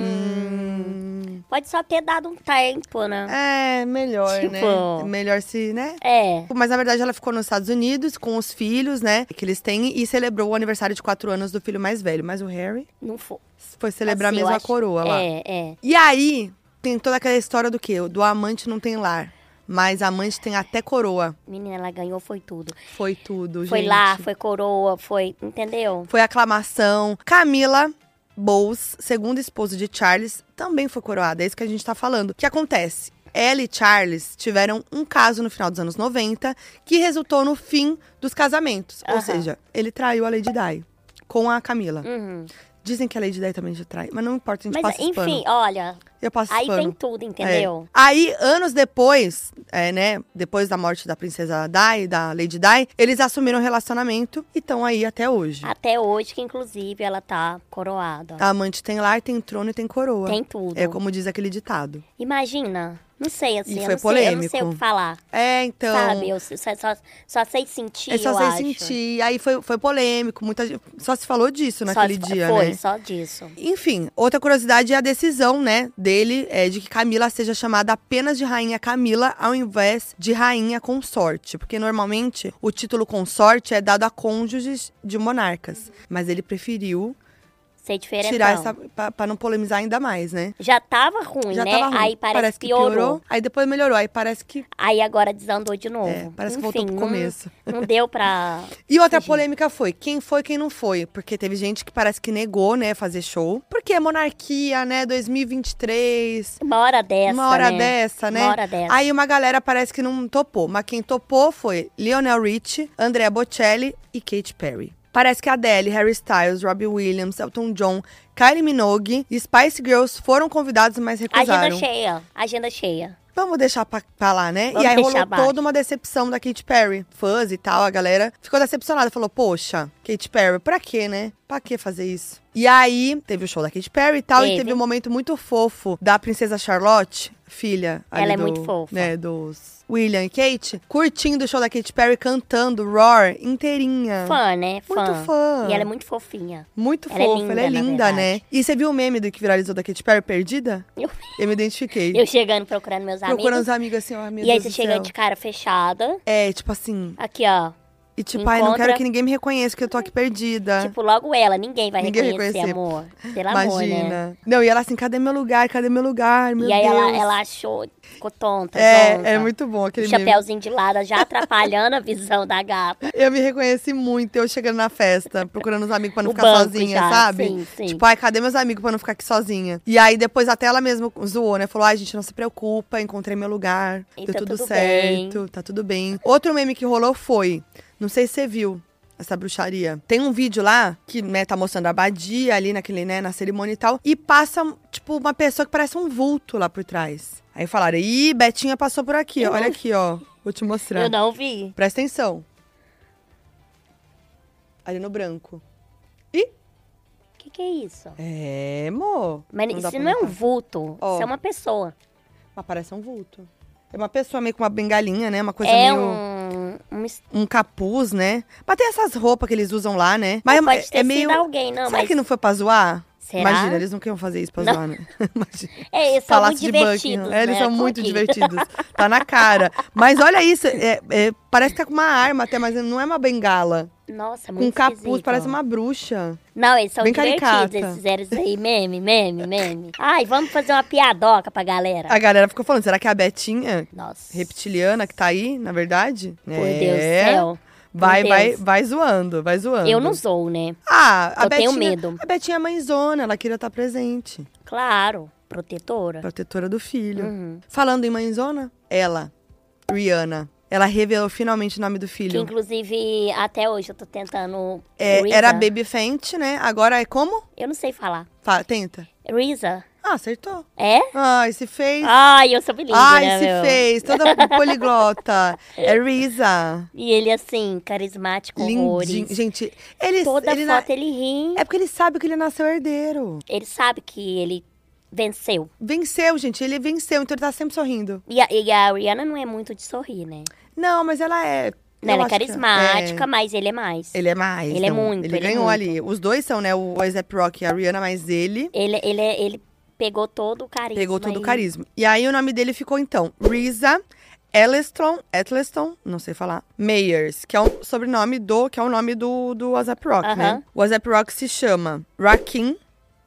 Speaker 2: Hum, Pode só ter dado um tempo, né?
Speaker 1: É, melhor, né?
Speaker 2: Tipo-
Speaker 1: Melhor se, né?
Speaker 2: É.
Speaker 1: Mas na verdade ela ficou nos Estados Unidos com os filhos, né? Que eles têm e celebrou o aniversário de quatro anos do filho mais velho. Mas o Harry
Speaker 2: não foi.
Speaker 1: foi celebrar
Speaker 2: Assim, eu
Speaker 1: mesmo a
Speaker 2: acho-
Speaker 1: coroa lá.
Speaker 2: É, é.
Speaker 1: E aí tem toda aquela história do quê? Do amante não tem lar, mas amante tem até coroa.
Speaker 2: Menina, ela ganhou, foi tudo.
Speaker 1: Foi tudo, gente.
Speaker 2: Foi lá, foi coroa, foi. Entendeu?
Speaker 1: Foi aclamação. Camila Bowles, segunda esposa de Charles, também foi coroada. É isso que a gente tá falando. O que acontece? Ela e Charles tiveram um caso no final dos anos 90 que resultou no fim dos casamentos. Ou
Speaker 2: Aham.
Speaker 1: seja, ele traiu a Lady Di com a Camila.
Speaker 2: Uhum.
Speaker 1: Dizem que a Lady Di também já trai, mas não importa, a gente
Speaker 2: Mas,
Speaker 1: passa esse
Speaker 2: enfim,
Speaker 1: pano.
Speaker 2: olha,
Speaker 1: Eu passo esse
Speaker 2: aí
Speaker 1: pano.
Speaker 2: vem tudo, entendeu?
Speaker 1: É. Aí, anos depois, é, né? Depois da morte da princesa Di, da Lady Di, eles assumiram o relacionamento e estão aí até hoje.
Speaker 2: Até hoje, que inclusive ela tá coroada.
Speaker 1: A amante tem lar, tem trono e tem coroa.
Speaker 2: Tem tudo.
Speaker 1: É como diz aquele ditado.
Speaker 2: Imagina. Não sei, assim,
Speaker 1: E
Speaker 2: eu,
Speaker 1: foi
Speaker 2: não sei, eu não sei o
Speaker 1: polêmico.
Speaker 2: que falar.
Speaker 1: É, então.
Speaker 2: Sabe? Eu só, só, só sei sentir.
Speaker 1: é só
Speaker 2: eu
Speaker 1: sem
Speaker 2: acho.
Speaker 1: sentir. Aí foi, foi polêmico, muita gente- Só se falou disso naquele
Speaker 2: só,
Speaker 1: dia,
Speaker 2: foi,
Speaker 1: né?
Speaker 2: só disso.
Speaker 1: Enfim, outra curiosidade é a decisão, né, dele é de que Camila seja chamada apenas de Rainha Camila ao invés de Rainha Consorte. Porque normalmente o título consorte é dado a cônjuges de monarcas. Mas ele preferiu
Speaker 2: Ser diferentão.
Speaker 1: tirar essa. Pra, pra não polemizar ainda mais, né?
Speaker 2: Já tava ruim,
Speaker 1: Já
Speaker 2: né?
Speaker 1: tava ruim.
Speaker 2: Aí parece, que piorou.
Speaker 1: Aí depois melhorou. Aí parece que.
Speaker 2: Aí agora desandou de novo.
Speaker 1: É, parece que
Speaker 2: Enfim,
Speaker 1: voltou pro começo.
Speaker 2: Não, não deu pra.
Speaker 1: E outra
Speaker 2: Fugir.
Speaker 1: polêmica foi quem foi, quem não foi. Porque teve gente que parece que negou, né, fazer show. Porque é monarquia, né? 2023.
Speaker 2: Uma hora dessa.
Speaker 1: uma hora
Speaker 2: né?
Speaker 1: dessa, né?
Speaker 2: Uma hora dessa.
Speaker 1: Aí uma galera parece que não topou, mas quem topou foi Lionel Richie, Andrea Bocelli e Katy Perry. Parece que Adele, Harry Styles, Robbie Williams, Elton John, Kylie Minogue e Spice Girls foram convidados, mas
Speaker 2: Agenda
Speaker 1: recusaram.
Speaker 2: cheia. Agenda cheia.
Speaker 1: Vamos deixar pra, pra lá, né?
Speaker 2: Vamos
Speaker 1: e aí
Speaker 2: deixar
Speaker 1: rolou
Speaker 2: abaixo.
Speaker 1: toda uma decepção da Katy Perry. Fãs e tal, a galera ficou decepcionada. Falou, poxa, Katy Perry, pra quê, né? Pra que fazer isso? E aí, teve o show da Katy Perry e tal, e
Speaker 2: Teve.
Speaker 1: teve um momento muito fofo da princesa Charlotte, filha. ali
Speaker 2: Ela é
Speaker 1: do-
Speaker 2: muito fofa.
Speaker 1: Né, dos William e Kate, curtindo o show da Katy Perry, cantando Roar inteirinha.
Speaker 2: Fã, né? Fã.
Speaker 1: Ah. Muito fã.
Speaker 2: E ela é muito fofinha.
Speaker 1: Muito
Speaker 2: Ela é
Speaker 1: fofa, ela é
Speaker 2: linda, na
Speaker 1: linda, né?
Speaker 2: verdade.
Speaker 1: E você viu o meme do que viralizou da Katy Perry perdida?
Speaker 2: Eu,
Speaker 1: Eu me identifiquei.
Speaker 2: eu chegando procurando meus
Speaker 1: Procurando os
Speaker 2: amigos.
Speaker 1: amigos assim, ó, meu
Speaker 2: E aí
Speaker 1: Deus
Speaker 2: você
Speaker 1: do
Speaker 2: chega
Speaker 1: céu.
Speaker 2: de cara fechada.
Speaker 1: É, tipo assim.
Speaker 2: Aqui, ó.
Speaker 1: E tipo, ai, não
Speaker 2: Encontra-
Speaker 1: quero que ninguém me reconheça que eu tô aqui perdida.
Speaker 2: Tipo, logo ela. Ninguém vai
Speaker 1: É. Ninguém
Speaker 2: reconhecer,
Speaker 1: reconhecer.
Speaker 2: amor. Pelo amor, né?
Speaker 1: Imagina. Não, e ela assim, cadê meu lugar? Cadê meu lugar? Meu
Speaker 2: e aí
Speaker 1: Deus.
Speaker 2: ela, tá. ela achou, ficou tonta, zonza.
Speaker 1: É, é muito bom aquele
Speaker 2: O
Speaker 1: meme.
Speaker 2: chapéuzinho de lado já atrapalhando a visão da gata.
Speaker 1: Eu me reconheci muito, eu chegando na festa, procurando os amigos pra não
Speaker 2: O
Speaker 1: ficar
Speaker 2: banco
Speaker 1: sozinha,
Speaker 2: já,
Speaker 1: sabe?
Speaker 2: sim, sim.
Speaker 1: Tipo, ai, cadê meus amigos pra não ficar aqui sozinha? E aí depois até ela mesma zoou, né? Falou, ai, gente, não se preocupa, encontrei meu lugar,
Speaker 2: E
Speaker 1: deu
Speaker 2: tá
Speaker 1: tudo,
Speaker 2: tudo bem.
Speaker 1: certo, tá tudo bem. Outro meme que rolou foi, não sei se você viu. Essa bruxaria. Tem um vídeo lá que, né, tá mostrando a abadia ali naquele, né, na cerimônia e tal. E passa, tipo, uma pessoa que parece um vulto lá por trás. Aí falaram, ih, Betinha passou por aqui, ó. olha aqui, ó. Vou te mostrar.
Speaker 2: Eu não vi.
Speaker 1: Presta atenção. Ali no branco.
Speaker 2: O que, que é isso?
Speaker 1: É, amor.
Speaker 2: Mas
Speaker 1: dá
Speaker 2: isso
Speaker 1: pra
Speaker 2: não é um
Speaker 1: notar.
Speaker 2: vulto,
Speaker 1: Ó.
Speaker 2: isso é uma pessoa.
Speaker 1: Mas parece um vulto. É uma pessoa meio com uma bengalinha, né? Uma coisa
Speaker 2: é
Speaker 1: meio.
Speaker 2: um, um es-
Speaker 1: Um... capuz, né? Mas tem essas roupas que eles usam lá, né? Mas é-
Speaker 2: Pode ter
Speaker 1: é
Speaker 2: sido
Speaker 1: meio.
Speaker 2: alguém, não,
Speaker 1: Será
Speaker 2: mas.
Speaker 1: que não foi pra zoar?
Speaker 2: Será?
Speaker 1: Imagina, eles não queriam fazer isso pra
Speaker 2: Não.
Speaker 1: zoar, né? Imagina.
Speaker 2: É, eles são muito
Speaker 1: Palácio de
Speaker 2: divertidos.
Speaker 1: Buckingham. É, eles
Speaker 2: né?
Speaker 1: são muito
Speaker 2: Fofinho.
Speaker 1: divertidos. Tá na cara. Mas olha isso. é- é- parece que tá com uma arma até, mas não é uma bengala.
Speaker 2: Nossa,
Speaker 1: Com um
Speaker 2: muito
Speaker 1: capuz,
Speaker 2: esquisito.
Speaker 1: parece uma bruxa.
Speaker 2: Não, eles são
Speaker 1: bem
Speaker 2: divertidos,
Speaker 1: caricata.
Speaker 2: eles fizeram isso aí. Meme, meme, meme. Ai, vamos fazer uma piadoca pra galera.
Speaker 1: A galera ficou falando, será que é a Betinha,
Speaker 2: Nossa.
Speaker 1: reptiliana que tá aí, na verdade? É.
Speaker 2: Por Deus do céu.
Speaker 1: Vai,
Speaker 2: Por
Speaker 1: vai,
Speaker 2: Deus.
Speaker 1: vai zoando, vai zoando.
Speaker 2: Eu não sou, né?
Speaker 1: Ah, a
Speaker 2: Eu
Speaker 1: Betinha,
Speaker 2: tenho medo.
Speaker 1: A Betinha é mãezona, ela queria estar presente.
Speaker 2: Claro, protetora.
Speaker 1: Protetora do filho.
Speaker 2: Uhum.
Speaker 1: Falando em mãezona, ela, Rihanna, ela revelou finalmente o nome do
Speaker 2: Que
Speaker 1: filho.
Speaker 2: inclusive até hoje eu tô tentando.
Speaker 1: É,
Speaker 2: Riza.
Speaker 1: era Baby Fenty, né? Agora é como?
Speaker 2: Eu não sei falar.
Speaker 1: Fala, tenta.
Speaker 2: Riza?
Speaker 1: Ah, acertou.
Speaker 2: É?
Speaker 1: Ai, se fez.
Speaker 2: Ai, eu sou bilíngue,
Speaker 1: Ai,
Speaker 2: né,
Speaker 1: se
Speaker 2: Ah, meu?
Speaker 1: fez. Toda poliglota. É Riza.
Speaker 2: E ele, assim, carismático,
Speaker 1: Lindinho.
Speaker 2: horrores.
Speaker 1: Gente, ele,
Speaker 2: Toda
Speaker 1: ele na-
Speaker 2: foto ele ri.
Speaker 1: É porque ele sabe que ele nasceu herdeiro.
Speaker 2: Ele sabe que ele venceu.
Speaker 1: Venceu, gente. Ele venceu, então ele tá sempre sorrindo.
Speaker 2: E a, e a Rihanna não é muito de sorrir, né?
Speaker 1: Não, mas ela é. eu
Speaker 2: Não, ela é
Speaker 1: acho que-
Speaker 2: carismática, mas ele é mais.
Speaker 1: é. Ele é mais.
Speaker 2: Ele é
Speaker 1: não.
Speaker 2: muito,
Speaker 1: Ele
Speaker 2: ele é
Speaker 1: ganhou
Speaker 2: muito.
Speaker 1: ali. Os dois são, né? O Isaac Rock e a Rihanna, mas ele
Speaker 2: Ele, é ele, é- ele pegou todo o carisma.
Speaker 1: pegou todo o
Speaker 2: e-
Speaker 1: carisma. E aí o nome dele ficou, então, Riza Elliston, Etleston, não sei falar, Meyers, que é o sobrenome do. que é o nome do, do WhatsApp Rock, né?
Speaker 2: Aham.
Speaker 1: O WhatsApp Rock se chama Rakim,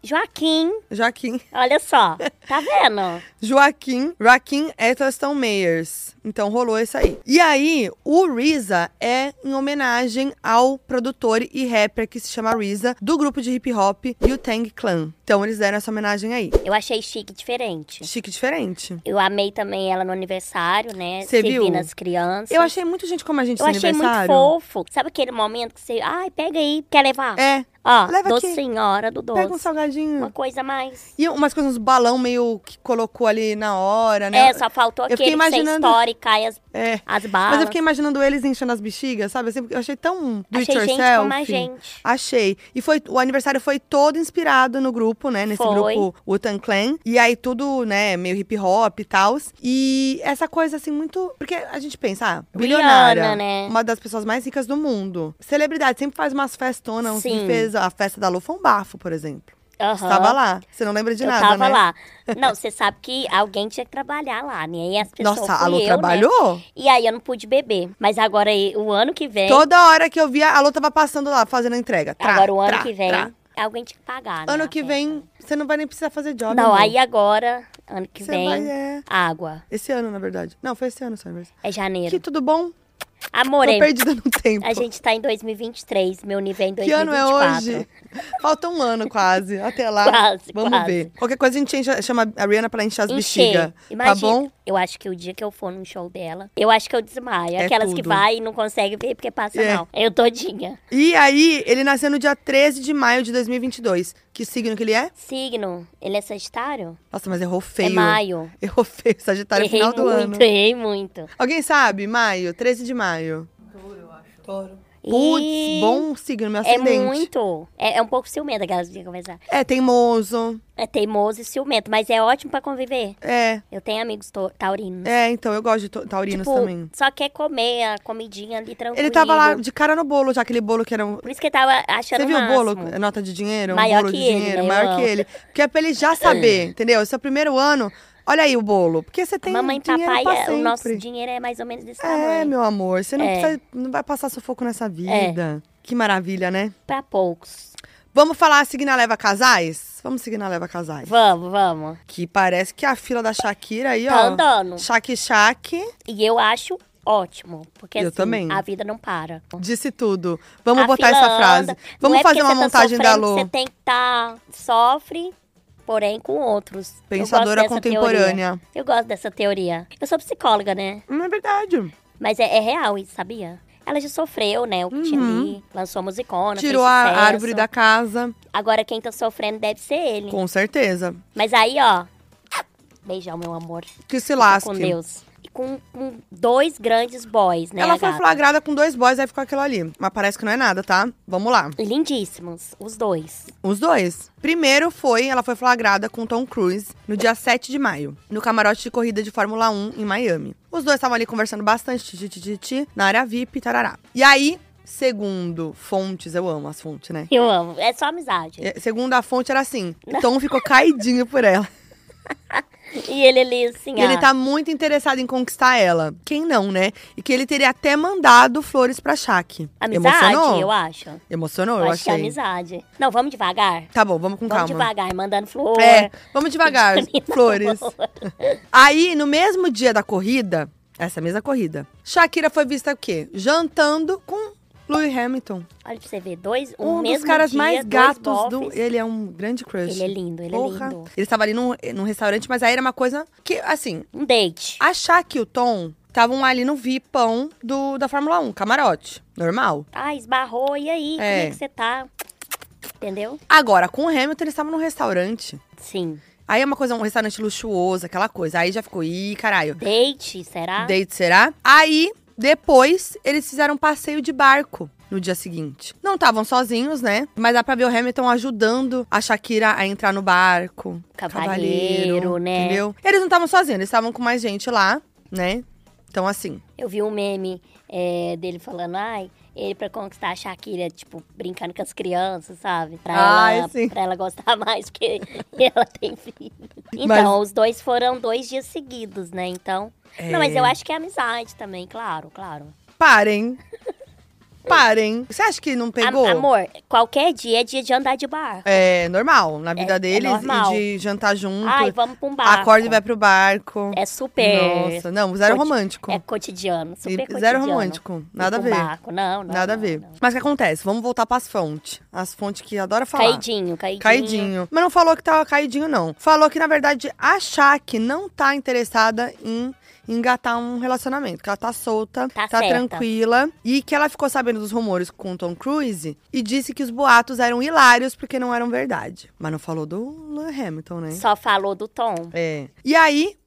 Speaker 2: Joaquim,
Speaker 1: Joaquim.
Speaker 2: olha só. Tá vendo?
Speaker 1: Joaquim, Joaquim Ethelston Meyers. Então rolou isso aí. E aí, o RZA é em homenagem ao produtor e rapper que se chama RZA, do grupo de hip hop Wu-Tang Clan. Então eles deram essa homenagem aí.
Speaker 2: Eu achei chique diferente.
Speaker 1: Chique diferente.
Speaker 2: Eu amei também ela no aniversário, né?
Speaker 1: Cê viu?
Speaker 2: Servindo as crianças.
Speaker 1: Eu achei muito gente como a gente
Speaker 2: Eu
Speaker 1: esse
Speaker 2: achei muito
Speaker 1: aniversário.
Speaker 2: fofo. Sabe aquele momento que você. Ai, pega aí, quer levar?
Speaker 1: É,
Speaker 2: Ó,
Speaker 1: Leva aqui.
Speaker 2: docinho, a hora do doce.
Speaker 1: pega um
Speaker 2: Uma
Speaker 1: salgadinho.
Speaker 2: coisa a mais.
Speaker 1: E umas coisas, uns balão meio que colocou ali na hora, né?
Speaker 2: É, só faltou
Speaker 1: fiquei
Speaker 2: aquele que você
Speaker 1: imaginando-
Speaker 2: estoura e cai as,
Speaker 1: É.
Speaker 2: as balas.
Speaker 1: Mas eu fiquei imaginando eles enchendo as bexigas, sabe? Eu, sempre, eu achei tão do
Speaker 2: Achei
Speaker 1: it
Speaker 2: gente
Speaker 1: yourself.
Speaker 2: como a gente.
Speaker 1: Achei. E foi, o aniversário foi todo inspirado no grupo, né? Nesse
Speaker 2: Foi.
Speaker 1: grupo Utan Clan. E aí tudo, né, meio hip hop e tal. E essa coisa, assim, muito. Porque a gente pensa, ah, bilionária.
Speaker 2: Rihanna, né?
Speaker 1: Uma das pessoas mais ricas do mundo. Celebridade sempre faz umas festonas, uns
Speaker 2: Sim.
Speaker 1: bifes. A festa da Lu foi um bafo, por exemplo. Você
Speaker 2: Aham.
Speaker 1: Ah, tava lá. Você não lembra de
Speaker 2: eu
Speaker 1: nada,
Speaker 2: tava
Speaker 1: né?
Speaker 2: lá. Não, você sabe que alguém tinha que trabalhar lá, né? E as pessoas
Speaker 1: Nossa, a
Speaker 2: fui
Speaker 1: Lu
Speaker 2: eu, né?
Speaker 1: trabalhou?
Speaker 2: E aí eu não pude beber. Mas agora, e- o ano que vem...
Speaker 1: Toda hora que eu via, a Lu tava passando lá, fazendo a entrega. Tra,
Speaker 2: agora, o ano
Speaker 1: tra,
Speaker 2: que vem...
Speaker 1: tra.
Speaker 2: alguém tinha que pagar. né,
Speaker 1: Ano
Speaker 2: a
Speaker 1: que
Speaker 2: festa.
Speaker 1: vem, você não vai nem precisar fazer job.
Speaker 2: Não,
Speaker 1: amor.
Speaker 2: aí agora, ano que
Speaker 1: Você
Speaker 2: vem,
Speaker 1: vai, é.
Speaker 2: água.
Speaker 1: Esse ano, na verdade. Não, foi esse ano, Summers.
Speaker 2: É janeiro.
Speaker 1: Que tudo bom?
Speaker 2: Amor,
Speaker 1: Tô perdida no tempo.
Speaker 2: a gente tá em 2023, meu nível é em
Speaker 1: Que ano
Speaker 2: 2024.
Speaker 1: é hoje? Falta um ano quase. Até lá.
Speaker 2: Quase,
Speaker 1: Vamos
Speaker 2: quase.
Speaker 1: ver. Qualquer coisa a gente enche- chama a Rihanna pra encher as bexigas.
Speaker 2: Encher. Imagina.
Speaker 1: Tá bom?
Speaker 2: Eu acho que o dia que eu for num show dela, eu acho que eu desmaio.
Speaker 1: É
Speaker 2: Aquelas que
Speaker 1: tudo.
Speaker 2: vai e não consegue ver porque passa
Speaker 1: É.
Speaker 2: mal. Eu todinha.
Speaker 1: E aí, ele nasceu no dia 13 de maio de 2022. Que signo que ele é?
Speaker 2: Signo, ele é sagitário?
Speaker 1: Nossa, mas errou feio.
Speaker 2: É maio.
Speaker 1: Errou feio, Sagitário, é
Speaker 2: errei
Speaker 1: final do
Speaker 2: muito,
Speaker 1: ano.
Speaker 2: errei muito. É
Speaker 1: Alguém sabe? Maio, 13 de maio. Putz,
Speaker 2: E
Speaker 1: bom signo, meu
Speaker 2: É
Speaker 1: ascendente.
Speaker 2: muito. É, é um pouco ciumento aquelas que conversar.
Speaker 1: É teimoso.
Speaker 2: É teimoso e ciumento, mas é ótimo pra conviver.
Speaker 1: É,
Speaker 2: Eu tenho amigos to- taurinos. Tipo,
Speaker 1: é, então, eu gosto de to- taurinos também.
Speaker 2: só quer comer a comidinha ali tranquilo.
Speaker 1: Ele tava lá de cara no bolo, já aquele bolo que era um.
Speaker 2: Por isso que ele tava achando
Speaker 1: Você viu
Speaker 2: o
Speaker 1: o bolo,
Speaker 2: máximo.
Speaker 1: nota de dinheiro? um
Speaker 2: Maior
Speaker 1: bolo
Speaker 2: que
Speaker 1: de
Speaker 2: ele,
Speaker 1: dinheiro,
Speaker 2: né?
Speaker 1: maior que
Speaker 2: Eu-
Speaker 1: ele. Porque é pra ele já saber, entendeu? Esse é o primeiro ano. Olha aí o bolo. Porque você tem
Speaker 2: Mamãe e
Speaker 1: dinheiro
Speaker 2: papai,
Speaker 1: pra
Speaker 2: é-
Speaker 1: sempre.
Speaker 2: o nosso dinheiro é mais ou menos desse
Speaker 1: É,
Speaker 2: tamanho.
Speaker 1: meu amor, você não,
Speaker 2: É.
Speaker 1: precisa- não vai passar sufoco nessa vida. Que maravilha, né?
Speaker 2: Pra poucos.
Speaker 1: Vamos falar seguir na leva casais? Vamos seguir na leva casais.
Speaker 2: Vamos, vamos.
Speaker 1: Que parece que a fila da Shakira aí,
Speaker 2: Tá
Speaker 1: ó.
Speaker 2: andando.
Speaker 1: Shaq Shaq
Speaker 2: E eu acho ótimo. Porque
Speaker 1: Eu
Speaker 2: assim,
Speaker 1: também.
Speaker 2: a vida não para.
Speaker 1: disse tudo. Vamos
Speaker 2: A
Speaker 1: botar
Speaker 2: fila
Speaker 1: essa frase.
Speaker 2: anda.
Speaker 1: Vamos
Speaker 2: Não é
Speaker 1: fazer
Speaker 2: porque
Speaker 1: uma
Speaker 2: você tá
Speaker 1: montagem da
Speaker 2: sofrendo que
Speaker 1: Lu.
Speaker 2: Você tem que estar. sofre, porém com outros. Eu
Speaker 1: Pensadora
Speaker 2: gosto dessa teoria.
Speaker 1: contemporânea.
Speaker 2: Eu gosto dessa teoria. Eu sou psicóloga, né?
Speaker 1: Não é verdade.
Speaker 2: Mas é, é real isso, sabia? Ela já sofreu, né? O que tinha ali. Lançou a musicona.
Speaker 1: Uhum. Tirou
Speaker 2: fez
Speaker 1: a
Speaker 2: sucesso.
Speaker 1: árvore da casa.
Speaker 2: Agora quem tá sofrendo deve ser ele.
Speaker 1: Com certeza.
Speaker 2: Mas aí, ó. Beijão, meu amor.
Speaker 1: Que se
Speaker 2: Fica
Speaker 1: lasque.
Speaker 2: Com Deus. E com, com dois grandes boys, né?
Speaker 1: Ela
Speaker 2: a
Speaker 1: foi
Speaker 2: gata?
Speaker 1: flagrada com dois boys, aí ficou aquilo ali. Mas parece que não é nada, tá? Vamos lá.
Speaker 2: Lindíssimos, os dois.
Speaker 1: Os dois. Primeiro foi, ela foi flagrada com Tom Cruise no dia 7 de maio, no camarote de corrida de Fórmula 1 em Miami. Os dois estavam ali conversando bastante, ti, ti, ti, ti, ti, na área VIP, tarará. E aí, segundo fontes, eu amo as fontes, né?
Speaker 2: Eu amo. É só amizade.
Speaker 1: É, Segundo a fonte, era assim: Tom ficou caidinho por ela.
Speaker 2: E ele ali, assim,
Speaker 1: E ele
Speaker 2: ah,
Speaker 1: tá muito interessado em conquistar ela. Quem não, né? E que ele teria até mandado flores pra Shaq.
Speaker 2: amizade,
Speaker 1: Emocionou?
Speaker 2: eu acho. Eu
Speaker 1: Emocionou, eu
Speaker 2: acho que é
Speaker 1: achei.
Speaker 2: amizade. Não, vamos devagar.
Speaker 1: Tá bom, vamos com
Speaker 2: vamos
Speaker 1: calma.
Speaker 2: devagar, é mandando flor.
Speaker 1: É, vamos devagar, flores.
Speaker 2: flor.
Speaker 1: Aí, no mesmo dia da corrida, essa mesma corrida, Shakira foi vista o quê? Jantando com Louis Hamilton.
Speaker 2: Olha pra você ver, dois, um,
Speaker 1: Um, dos
Speaker 2: mesmo
Speaker 1: caras
Speaker 2: dia,
Speaker 1: mais
Speaker 2: dois
Speaker 1: gatos do.
Speaker 2: bofes.
Speaker 1: Ele é um grande crush.
Speaker 2: Ele é lindo, ele é lindo.
Speaker 1: Ele estava ali num, num restaurante, mas aí era uma coisa que, assim,
Speaker 2: Um date.
Speaker 1: achar que o Tom estavam ali no VIPão do, da Fórmula 1, camarote. Normal.
Speaker 2: Ah, esbarrou, e aí?
Speaker 1: É.
Speaker 2: Como é que você tá? Entendeu?
Speaker 1: Agora, com o Hamilton, eles estavam num restaurante.
Speaker 2: Sim.
Speaker 1: Aí é uma coisa, um restaurante luxuoso, aquela coisa. Aí já ficou, ih, caralho.
Speaker 2: Date, será?
Speaker 1: Date será? Aí, depois, eles fizeram um passeio de barco no dia seguinte. Não estavam sozinhos, né? Mas dá pra ver o Hamilton ajudando a Shakira a entrar no barco.
Speaker 2: Cavalheiro, né?
Speaker 1: Entendeu? Eles não estavam sozinhos, eles estavam com mais gente lá, né? Então, assim,
Speaker 2: Eu vi um meme é, dele falando, ai, ele pra conquistar a Shakira, tipo, brincando com as crianças, sabe? Pra,
Speaker 1: Ai,
Speaker 2: ela,
Speaker 1: sim.
Speaker 2: pra ela gostar mais, porque ela tem filho. Então,
Speaker 1: Mas-
Speaker 2: os dois foram dois dias seguidos, né? Então.
Speaker 1: É.
Speaker 2: Não, mas eu acho que é amizade também, claro, claro.
Speaker 1: parem. parem. Você acha que não pegou?
Speaker 2: Am- amor, qualquer dia é dia de andar de bar.
Speaker 1: É normal na vida
Speaker 2: É- é
Speaker 1: deles
Speaker 2: normal.
Speaker 1: e de jantar junto.
Speaker 2: Ai, vamos pra um bar.
Speaker 1: acorda e vai pro barco.
Speaker 2: É super.
Speaker 1: Nossa, não, zero
Speaker 2: Conti-
Speaker 1: romântico.
Speaker 2: É cotidiano, super
Speaker 1: E
Speaker 2: cotidiano.
Speaker 1: zero romântico, nada a
Speaker 2: Com
Speaker 1: ver.
Speaker 2: Barco. Não, não,
Speaker 1: Nada a
Speaker 2: não,
Speaker 1: ver.
Speaker 2: não.
Speaker 1: Mas o que acontece? Vamos voltar pras fontes. As fontes que adora falar.
Speaker 2: Caidinho, caidinho.
Speaker 1: Caidinho. Mas não falou que tava caidinho, não. Falou que, na verdade, a Shaq não tá interessada em engatar um relacionamento. Que ela tá solta,
Speaker 2: Tá
Speaker 1: tá
Speaker 2: certa.
Speaker 1: tranquila. E que ela ficou sabendo dos rumores com o Tom Cruise e disse que os boatos eram hilários porque não eram verdade. Mas não falou do Lewis Hamilton, né?
Speaker 2: Só falou do tom.
Speaker 1: É. E aí,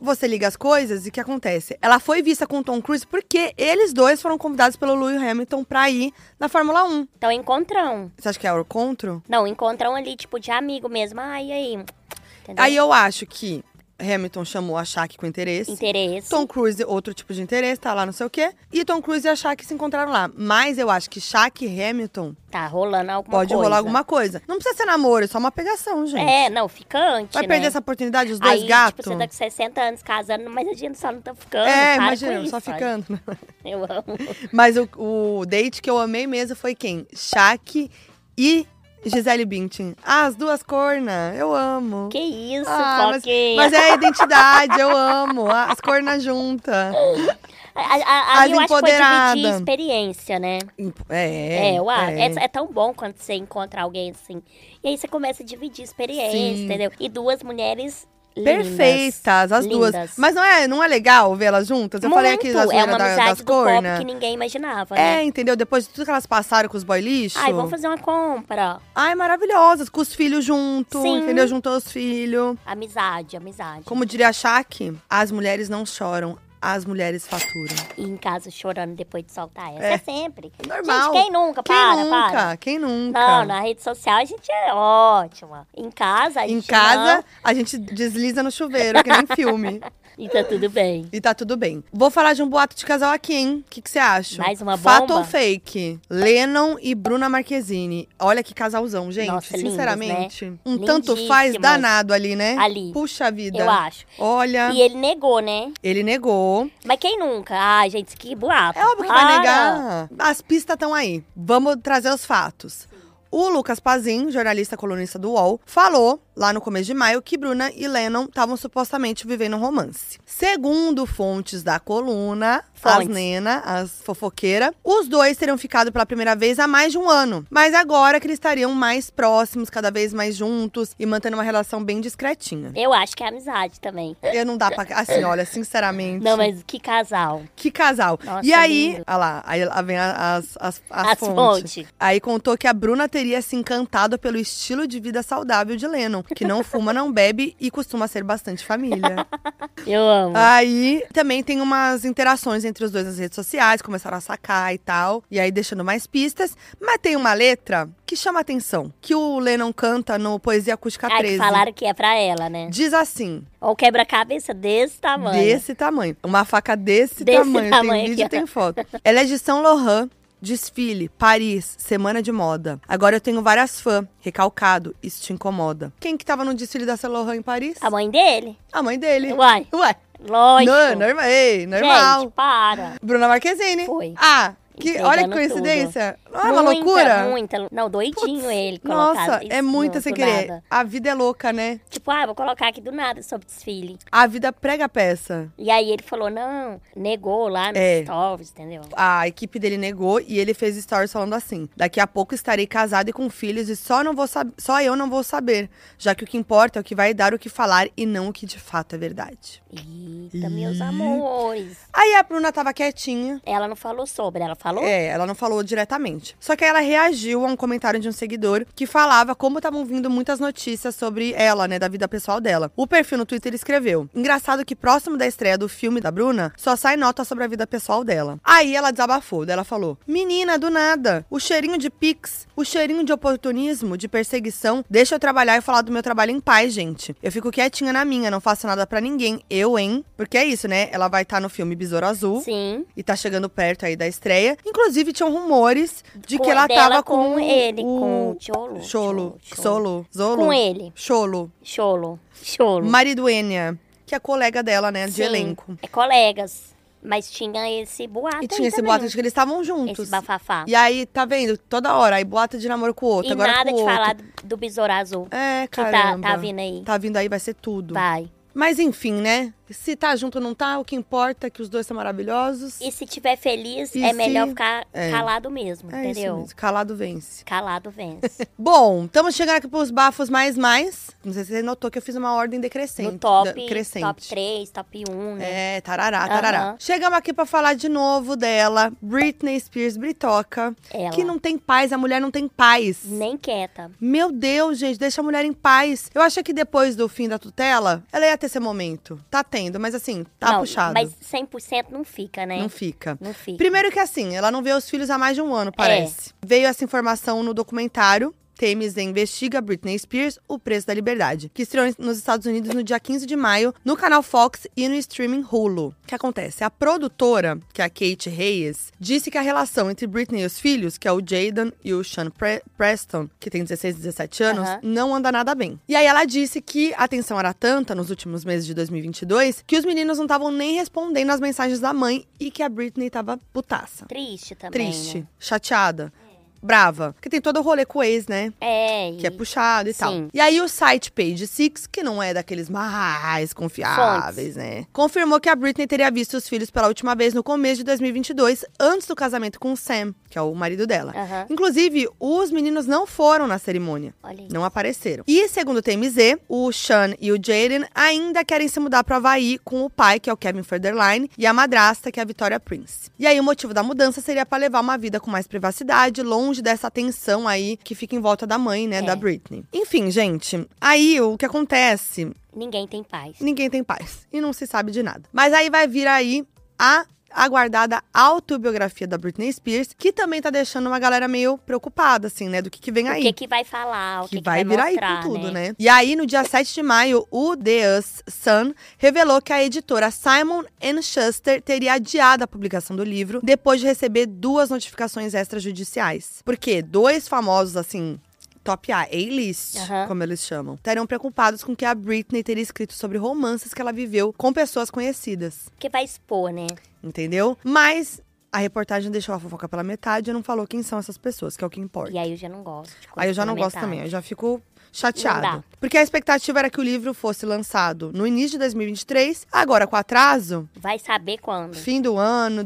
Speaker 1: você liga as coisas e o que acontece? Ela foi vista com o Tom Cruise porque eles dois foram convidados pelo Lewis Hamilton pra ir na Fórmula 1.
Speaker 2: Então encontrão.
Speaker 1: Você acha que é o encontro?
Speaker 2: Não, encontram ali, tipo, de amigo mesmo. Ai, e aí? Entendeu?
Speaker 1: Aí eu acho que Hamilton chamou a Shaq com interesse.
Speaker 2: Interesse.
Speaker 1: Tom Cruise, outro tipo de interesse, tá lá, não sei o quê. E Tom Cruise e a Shaq se encontraram lá. Mas eu acho que Shaq e Hamilton
Speaker 2: Tá rolando alguma
Speaker 1: pode
Speaker 2: coisa.
Speaker 1: rolar alguma coisa. Não precisa ser namoro, é só uma pegação, gente.
Speaker 2: É, não, ficante,
Speaker 1: Vai
Speaker 2: né?
Speaker 1: perder essa oportunidade, os dois
Speaker 2: aí,
Speaker 1: gatos?
Speaker 2: tipo, você tá com 60 anos casando, mas a gente só não tá ficando.
Speaker 1: é,
Speaker 2: para com
Speaker 1: imagina,
Speaker 2: isso,
Speaker 1: só
Speaker 2: olha.
Speaker 1: ficando.
Speaker 2: Eu amo.
Speaker 1: Mas o, o date que eu amei mesmo foi quem? Shaq e Gisele Bündchen. Ah, as duas cornas. Eu amo.
Speaker 2: Que isso,
Speaker 1: Ah, mas,
Speaker 2: Foquinha.
Speaker 1: mas é a identidade, eu amo. As cornas junta.
Speaker 2: A- a- a-
Speaker 1: as
Speaker 2: eu acho que foi dividir
Speaker 1: empoderada. experiência,
Speaker 2: experiência, né?
Speaker 1: É,
Speaker 2: É, uau,
Speaker 1: é.
Speaker 2: é. é tão bom quando você encontra alguém assim. E aí você começa a dividir experiência,
Speaker 1: Sim.
Speaker 2: entendeu? E duas mulheres é lindas.
Speaker 1: Perfeitas, as duas.
Speaker 2: Lindas.
Speaker 1: Mas não é, não é legal vê-las juntas? Eu falei aqui
Speaker 2: Muito.
Speaker 1: da
Speaker 2: É
Speaker 1: zoeira
Speaker 2: uma
Speaker 1: da-
Speaker 2: amizade
Speaker 1: das
Speaker 2: do pobre
Speaker 1: cornas.
Speaker 2: que ninguém imaginava, né?
Speaker 1: É, entendeu? Depois de tudo que elas passaram com os boy lixo.
Speaker 2: Ai, vamos fazer uma compra.
Speaker 1: Ai, maravilhosas, com os filhos junto,
Speaker 2: Sim.
Speaker 1: entendeu? Juntou os filhos.
Speaker 2: Amizade, amizade.
Speaker 1: Como diria a Shaq, as mulheres não choram, as mulheres faturam.
Speaker 2: E em casa chorando depois de soltar essa.
Speaker 1: É.
Speaker 2: É, sempre.
Speaker 1: Normal.
Speaker 2: Gente, quem nunca?
Speaker 1: Quem
Speaker 2: para,
Speaker 1: nunca?
Speaker 2: para.
Speaker 1: Quem nunca?
Speaker 2: Não, na rede social a gente é ótima. Em casa, a
Speaker 1: Em
Speaker 2: gente
Speaker 1: casa,
Speaker 2: não.
Speaker 1: a gente desliza no chuveiro, que nem filme.
Speaker 2: E tá tudo bem.
Speaker 1: E tá tudo bem. Vou falar de um boato de casal aqui, hein? O que que você acha?
Speaker 2: Mais uma
Speaker 1: Fato
Speaker 2: bomba?
Speaker 1: ou fake? Lennon e Bruna Marquezine. Olha que casalzão, gente.
Speaker 2: Nossa, lindos,
Speaker 1: Sinceramente. Um tanto
Speaker 2: Lindíssimas.
Speaker 1: faz danado ali, né?
Speaker 2: Ali.
Speaker 1: Puxa vida.
Speaker 2: Eu acho.
Speaker 1: Olha,
Speaker 2: E ele negou, né?
Speaker 1: ele negou.
Speaker 2: Mas quem nunca? Ai, gente, que Ah, boato.
Speaker 1: É óbvio que vai
Speaker 2: Para.
Speaker 1: negar. As pistas estão aí. Vamos trazer os fatos. O Lucas Pazin, jornalista colunista do UOL, falou lá no começo de maio que Bruna e Lennon estavam supostamente vivendo um romance. Segundo fontes da coluna, as
Speaker 2: Fontes.
Speaker 1: Nena, as fofoqueira, os dois teriam ficado pela primeira vez há mais de um ano. Mas agora que eles estariam mais próximos, cada vez mais juntos e mantendo uma relação bem discretinha.
Speaker 2: Eu acho que é amizade também.
Speaker 1: Eu não dá pra. Assim, olha, sinceramente.
Speaker 2: Não, mas que casal.
Speaker 1: Que casal.
Speaker 2: Nossa,
Speaker 1: e aí,
Speaker 2: lindo.
Speaker 1: olha lá, aí lá vem a- as, as, as,
Speaker 2: As
Speaker 1: fontes.
Speaker 2: fontes.
Speaker 1: Aí contou que a Bruna teria se encantado pelo estilo de vida saudável de Lennon, que não fuma, não bebe e costuma ser bastante família.
Speaker 2: Eu amo.
Speaker 1: Ah, aí também tem umas interações entre os dois nas redes sociais, começaram a sacar e tal, e aí deixando mais pistas. Mas tem uma letra que chama a atenção, que o Lennon canta no Poesia Acústica
Speaker 2: Ai,
Speaker 1: 13.
Speaker 2: que falaram que é pra ela, né?
Speaker 1: Diz assim:
Speaker 2: Ou um quebra-cabeça desse tamanho.
Speaker 1: Desse tamanho. Uma faca desse,
Speaker 2: Desse
Speaker 1: tamanho. Tem um
Speaker 2: tamanho
Speaker 1: vídeo,
Speaker 2: aqui, ó.
Speaker 1: tem foto. Ela é de São Lohan. Desfile, Paris, semana de moda. Agora eu tenho várias fãs. Recalcado, isso te incomoda. Quem que tava no desfile da São Lohan em Paris?
Speaker 2: A mãe dele?
Speaker 1: A mãe dele.
Speaker 2: Uai,
Speaker 1: Ué.
Speaker 2: lógico.
Speaker 1: Não, norma, ei, normal.
Speaker 2: Gente, para.
Speaker 1: Bruna Marquezine.
Speaker 2: Foi.
Speaker 1: Ah, que,
Speaker 2: Entregando
Speaker 1: olha que coincidência. Não é
Speaker 2: muita,
Speaker 1: uma loucura?
Speaker 2: Muita, não, doidinho
Speaker 1: Putz,
Speaker 2: ele colocado.
Speaker 1: Nossa, é
Speaker 2: isso,
Speaker 1: muita
Speaker 2: não,
Speaker 1: sem
Speaker 2: do
Speaker 1: querer.
Speaker 2: nada.
Speaker 1: A vida é louca, né?
Speaker 2: Tipo, ah, vou colocar aqui do nada sobre desfile.
Speaker 1: A vida prega a peça.
Speaker 2: E aí ele falou, não, negou lá nos
Speaker 1: É.
Speaker 2: stories, entendeu?
Speaker 1: A equipe dele negou e ele fez stories falando assim: daqui a pouco estarei casado e com filhos e só não vou sab- só eu não vou saber, já que o que importa é o que vai dar o que falar e não o que de fato é verdade.
Speaker 2: Eita, meus
Speaker 1: Eita.
Speaker 2: amores.
Speaker 1: Aí a Bruna tava quietinha.
Speaker 2: Ela não falou sobre, ela falou?
Speaker 1: É, ela não falou diretamente. Só que aí ela reagiu a um comentário de um seguidor que falava como estavam vindo muitas notícias sobre ela, né, da vida pessoal dela. O perfil no Twitter escreveu: Engraçado que próximo da estreia do filme da Bruna, só sai nota sobre a vida pessoal dela. Aí ela desabafou, daí ela falou: Menina, do nada, o cheirinho de pix, o cheirinho de oportunismo, de perseguição, deixa eu trabalhar e falar do meu trabalho em paz, gente. Eu fico quietinha na minha, não faço nada pra ninguém. Eu, hein? Porque é isso, né? Ela vai estar no filme Besouro Azul
Speaker 2: Sim.
Speaker 1: e tá chegando perto aí da estreia. Inclusive, tinham rumores de que
Speaker 2: Com-
Speaker 1: ela
Speaker 2: dela
Speaker 1: tava
Speaker 2: com
Speaker 1: com
Speaker 2: ele,
Speaker 1: o...
Speaker 2: com o Cholo,
Speaker 1: Cholo,
Speaker 2: Cholo,
Speaker 1: Solo, Zolo.
Speaker 2: Com ele.
Speaker 1: Cholo.
Speaker 2: Cholo. Cholo.
Speaker 1: Mariduênia, que é colega dela, né, de
Speaker 2: Sim,
Speaker 1: elenco.
Speaker 2: É colegas. Mas tinha esse boato
Speaker 1: E
Speaker 2: aí
Speaker 1: tinha esse
Speaker 2: Ah, também. um
Speaker 1: boato de que eles estavam juntos.
Speaker 2: Esse bafafá.
Speaker 1: E aí, tá vendo? Toda hora, aí boato de namoro com o outro,
Speaker 2: E
Speaker 1: agora
Speaker 2: nada
Speaker 1: com o
Speaker 2: de
Speaker 1: outro.
Speaker 2: falar do, do besouro azul.
Speaker 1: É,
Speaker 2: Que tá,
Speaker 1: caramba.
Speaker 2: tá vindo aí.
Speaker 1: Tá vindo aí, vai ser tudo.
Speaker 2: Vai.
Speaker 1: Mas enfim, né? Se tá junto ou não tá, o que importa é que os dois são maravilhosos.
Speaker 2: E se tiver feliz,
Speaker 1: E
Speaker 2: é
Speaker 1: se-
Speaker 2: melhor ficar
Speaker 1: é.
Speaker 2: calado mesmo,
Speaker 1: é isso
Speaker 2: entendeu?
Speaker 1: mesmo, calado vence.
Speaker 2: Calado vence.
Speaker 1: Bom, estamos chegando aqui pros bafos mais mais. Não sei se você notou que eu fiz uma ordem decrescente.
Speaker 2: no top,
Speaker 1: da- crescente.
Speaker 2: top 3, top 1, né?
Speaker 1: É, tarará, tarará.
Speaker 2: Aham.
Speaker 1: Chegamos aqui pra falar de novo dela, Britney Spears Britoca,
Speaker 2: Ela.
Speaker 1: É.
Speaker 2: Né.
Speaker 1: que não tem paz, a mulher não tem paz.
Speaker 2: Nem quieta.
Speaker 1: Meu Deus, gente, deixa a mulher em paz. Eu achei que depois do fim da tutela, ela ia ter esse momento. Tá tendo, mas assim, tá
Speaker 2: não,
Speaker 1: puxado.
Speaker 2: Mas 100% não fica, né?
Speaker 1: Não fica.
Speaker 2: Não fica.
Speaker 1: Primeiro que assim, ela não vê os filhos há mais de um ano, parece. Veio essa informação no documentário. TMZ investiga Britney Spears, O Preço da Liberdade, que estreou nos Estados Unidos no dia 15 de maio, no canal Fox e no streaming Hulu. O que acontece? A produtora, que é a Kate Reyes, disse que a relação entre Britney e os filhos, que é o Jaden e o Sean Pre- Preston, que tem 16 e 17 anos,
Speaker 2: Aham.
Speaker 1: não anda nada bem. E aí ela disse que a tensão era tanta nos últimos meses de 2022 que os meninos não estavam nem respondendo às mensagens da mãe e que a Britney tava putaça.
Speaker 2: Triste também.
Speaker 1: Triste,
Speaker 2: né?
Speaker 1: chateada. brava. Porque tem todo o rolê com o ex, né?
Speaker 2: É,
Speaker 1: Que é
Speaker 2: e-
Speaker 1: puxado e tal.
Speaker 2: Sim.
Speaker 1: E aí o site Page Six, que não é daqueles mais confiáveis, né? Confirmou que a Britney teria visto os filhos pela última vez no começo de 2022, antes do casamento com o Sam, que é o marido dela.
Speaker 2: Aham.
Speaker 1: Inclusive, os meninos não foram na cerimônia.
Speaker 2: Olha aí.
Speaker 1: Não apareceram. E segundo o TMZ, o Sean e o Jaden ainda querem se mudar para Havaí com o pai, que é o Kevin Federline, e a madrasta, que é a Victoria Prince. E aí o motivo da mudança seria para levar uma vida com mais privacidade, longe dessa tensão aí que fica em volta da mãe, né,
Speaker 2: É.
Speaker 1: da Britney. Enfim, gente, aí o que acontece
Speaker 2: Ninguém tem paz.
Speaker 1: ninguém tem paz e não se sabe de nada. Mas aí vai vir aí a aguardada autobiografia da Britney Spears, que também tá deixando uma galera meio preocupada, assim, né, do que, que vem
Speaker 2: O
Speaker 1: aí.
Speaker 2: que que vai falar, o que,
Speaker 1: Que, vai, virar aí
Speaker 2: mostrar,
Speaker 1: com tudo, né? E aí, no dia 7 de maio, o The Us Sun revelou que a editora Simon Schuster teria adiado a publicação do livro depois de receber duas notificações extrajudiciais. Porque dois famosos, assim. Top A, A-list,
Speaker 2: Aham.
Speaker 1: como eles chamam, estariam preocupados com que a Britney teria escrito sobre romances que ela viveu com pessoas conhecidas,
Speaker 2: Porque vai expor, né?
Speaker 1: entendeu? Mas a reportagem deixou a fofoca pela metade e não falou quem são essas pessoas, que é o que importa.
Speaker 2: E aí eu já não gosto. de
Speaker 1: Aí eu já não gosto
Speaker 2: complementar.
Speaker 1: também, eu já fico
Speaker 2: Não
Speaker 1: chateada.
Speaker 2: dá.
Speaker 1: Porque a expectativa era que o livro fosse lançado no início de 2023, agora com atraso,
Speaker 2: Vai saber quando.
Speaker 1: fim do ano,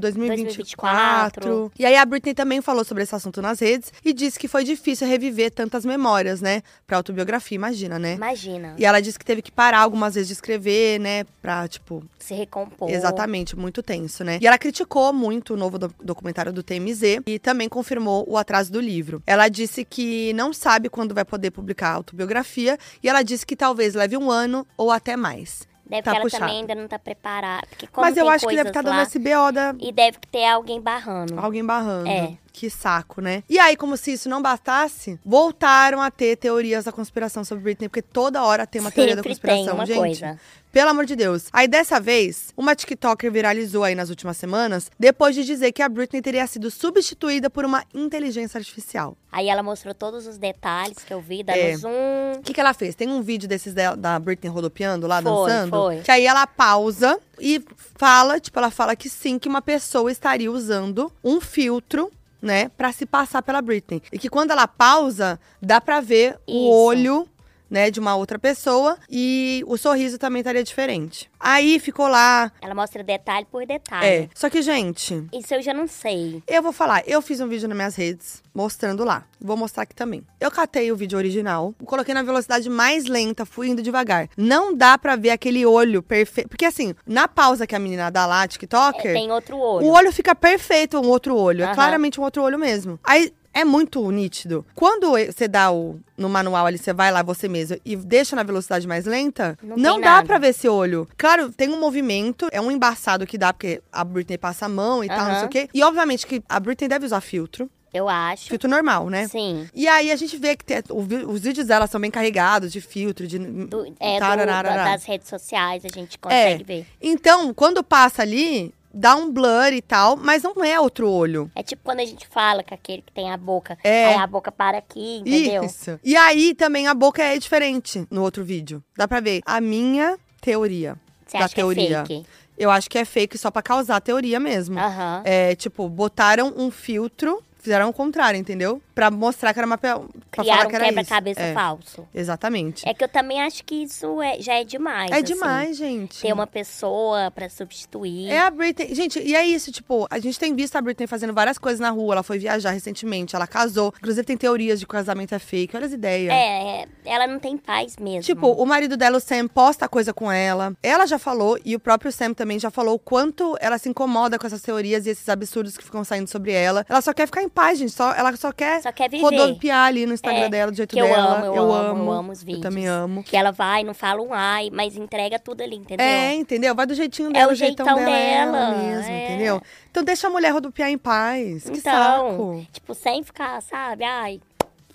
Speaker 1: 2024.
Speaker 2: 2024.
Speaker 1: E aí a Britney também falou sobre esse assunto nas redes e disse que foi difícil reviver tantas memórias, né? Pra autobiografia, imagina, né?
Speaker 2: Imagina,
Speaker 1: E ela disse que teve que parar algumas vezes de escrever, né? Pra, tipo,
Speaker 2: se recompor.
Speaker 1: Exatamente, muito tenso, né? E ela criticou muito o novo do- documentário do TMZ e também confirmou o atraso do livro. Ela disse que não sabe quando vai poder publicar a autobiografia e ela disse que talvez leve um ano ou até mais.
Speaker 2: Deve
Speaker 1: Tá
Speaker 2: que ela
Speaker 1: puxado.
Speaker 2: também ainda não tá preparada. Porque como
Speaker 1: Mas eu
Speaker 2: tem
Speaker 1: acho que deve
Speaker 2: coisas
Speaker 1: estar dando assim.
Speaker 2: lá,
Speaker 1: SBO da
Speaker 2: E deve ter alguém barrando.
Speaker 1: alguém barrando.
Speaker 2: É.
Speaker 1: Que saco, né? E aí, como se isso não bastasse, voltaram a ter teorias da conspiração sobre Britney, porque toda hora tem uma teoria da
Speaker 2: Sempre
Speaker 1: conspiração,
Speaker 2: tem uma
Speaker 1: gente.
Speaker 2: coisa.
Speaker 1: Pelo amor de Deus. Aí dessa vez, uma TikToker viralizou aí nas últimas semanas, depois de dizer que a Britney teria sido substituída por uma inteligência artificial.
Speaker 2: Aí ela mostrou todos os detalhes que eu vi, dando
Speaker 1: É.
Speaker 2: zoom.
Speaker 1: O que, que ela fez? Tem um vídeo desses da, da Britney rodopiando lá,
Speaker 2: Foi,
Speaker 1: dançando.
Speaker 2: foi.
Speaker 1: Que aí ela pausa e fala, tipo, ela fala que sim, que uma pessoa estaria usando um filtro, né, pra se passar pela Britney. E que quando ela pausa, dá pra ver
Speaker 2: Isso.
Speaker 1: o olho, né, de uma outra pessoa e o sorriso também estaria diferente. Aí ficou lá.
Speaker 2: Ela mostra detalhe por
Speaker 1: É.
Speaker 2: detalhe.
Speaker 1: Só que, gente,
Speaker 2: Isso eu já não sei.
Speaker 1: eu vou falar, eu fiz um vídeo nas minhas redes mostrando lá. Vou mostrar aqui também. Eu catei o vídeo original, coloquei na velocidade mais lenta, fui indo devagar. Não dá pra ver aquele olho perfeito. Porque assim, na pausa que a menina dá lá,
Speaker 2: É,
Speaker 1: TikToker,
Speaker 2: tem outro
Speaker 1: o
Speaker 2: olho.
Speaker 1: olho fica perfeito, um outro olho. É
Speaker 2: Aham.
Speaker 1: claramente um outro olho mesmo. Aí é muito nítido. Quando você dá o. No manual ali, você vai lá você mesmo e deixa na velocidade mais lenta,
Speaker 2: Não
Speaker 1: não,
Speaker 2: tem
Speaker 1: dá
Speaker 2: nada.
Speaker 1: pra ver esse olho. Claro, tem um movimento, é um embaçado que dá, porque a Britney passa a mão e tal, não
Speaker 2: Aham.
Speaker 1: sei o quê. E obviamente que a Britney deve usar filtro.
Speaker 2: Eu acho.
Speaker 1: Filtro normal, né?
Speaker 2: Sim.
Speaker 1: E aí a gente vê que tem- o vi- os vídeos dela são bem carregados de filtro, de.
Speaker 2: Do, é, do-
Speaker 1: tarararará.
Speaker 2: da- das redes sociais a gente consegue ver.
Speaker 1: Então, quando passa ali, dá um blur e tal, mas não é outro olho.
Speaker 2: É tipo quando a gente fala com aquele que tem a boca.
Speaker 1: É.
Speaker 2: Aí a boca para aqui, entendeu?
Speaker 1: Isso. E aí também a boca é diferente no outro vídeo. Dá pra ver. A minha teoria.
Speaker 2: Você
Speaker 1: da
Speaker 2: acha
Speaker 1: teoria.
Speaker 2: que é fake?
Speaker 1: Eu acho que é fake só pra causar a teoria mesmo.
Speaker 2: Aham.
Speaker 1: É, tipo, botaram um filtro, fizeram o contrário, entendeu? Pra mostrar que era uma. pe- Pra falar
Speaker 2: Criaram um
Speaker 1: que era isso.
Speaker 2: quebra-cabeça
Speaker 1: É,
Speaker 2: falso.
Speaker 1: Exatamente.
Speaker 2: É que eu também acho que isso é- já é demais.
Speaker 1: É,
Speaker 2: assim.
Speaker 1: demais, gente.
Speaker 2: Ter uma pessoa pra substituir.
Speaker 1: É a Britney. Gente, e é isso, tipo, a gente tem visto a Britney fazendo várias coisas na rua. Ela foi viajar recentemente, ela casou. Inclusive, tem teorias de que o casamento é fake. Olha as ideias.
Speaker 2: É, é, ela não tem paz mesmo.
Speaker 1: Tipo, o marido dela, o Sam, posta coisa com ela. Ela já falou, e o próprio Sam também já falou, o quanto ela se incomoda com essas teorias e esses absurdos que ficam saindo sobre ela. Ela só quer ficar em paz, gente. Só, ela só quer,
Speaker 2: Só quer viver.
Speaker 1: rodopiar ali no Instagram
Speaker 2: É,
Speaker 1: dela, do jeito
Speaker 2: que eu
Speaker 1: dela.
Speaker 2: amo, eu amo, eu amo os vídeos.
Speaker 1: Eu também amo.
Speaker 2: que ela vai, não fala um ai, mas entrega tudo ali, entendeu?
Speaker 1: É, entendeu? Vai do jeitinho
Speaker 2: É
Speaker 1: dela,
Speaker 2: o
Speaker 1: do jeitão,
Speaker 2: jeitão
Speaker 1: dela, é ela
Speaker 2: dela,
Speaker 1: mesmo,
Speaker 2: é.
Speaker 1: entendeu? Então deixa a mulher rodopiar em paz. Que
Speaker 2: então,
Speaker 1: saco.
Speaker 2: tipo, sem ficar, sabe? Ai,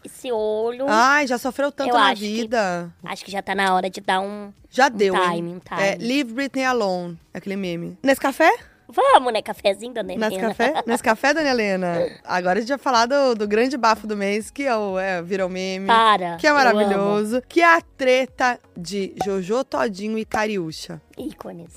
Speaker 2: esse olho.
Speaker 1: Ai, já sofreu
Speaker 2: Eu
Speaker 1: tanto na
Speaker 2: acho que-
Speaker 1: vida.
Speaker 2: Acho que já tá na hora de dar um.
Speaker 1: Já deu,
Speaker 2: time,
Speaker 1: hein?
Speaker 2: um time.
Speaker 1: É, leave Britney alone, aquele meme. Nesse café?
Speaker 2: Vamos, né? Cafezinho, dona
Speaker 1: Nesse
Speaker 2: Helena?
Speaker 1: café? Nesse café, Dona Helena? Agora a gente vai falar do, do grande bafo do mês, que é o é, Virou Meme.
Speaker 2: Para.
Speaker 1: Que é
Speaker 2: Tá. eu amo.
Speaker 1: maravilhoso. Que é a treta de Jojo Todinho e Cariúcha.
Speaker 2: Ícones.